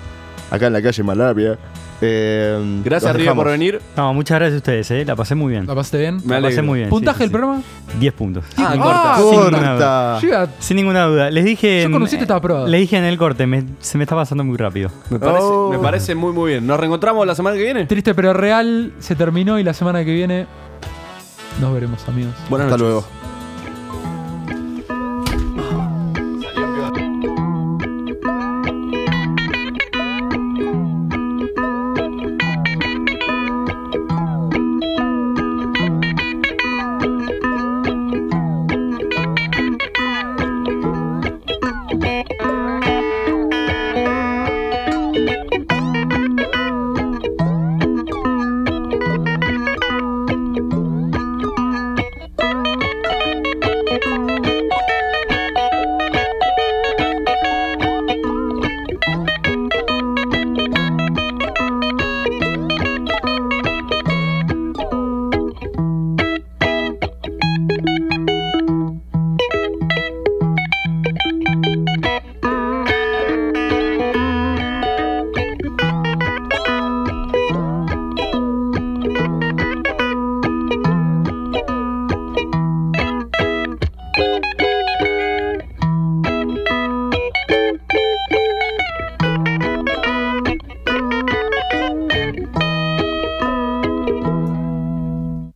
acá en la calle Malarvia. Eh, Gracias, los Río, por dejamos. venir. No, muchas gracias a ustedes, eh. La pasé muy bien. ¿La pasaste bien? Me La pasé alegro. muy bien. ¿Puntaje del sí, sí, sí. programa? 10 puntos. Ah, Ah, corta. sin Corta. Yo iba- Sin ninguna duda. Les dije. Yo en- conocí, te estaba probado. Le dije en el corte, me- se me está pasando muy rápido. Me parece, Oh. me parece muy, muy bien. ¿Nos reencontramos la semana que viene? Triste pero real, se terminó y la semana que viene nos veremos, amigos. Buenas Hasta noches. luego.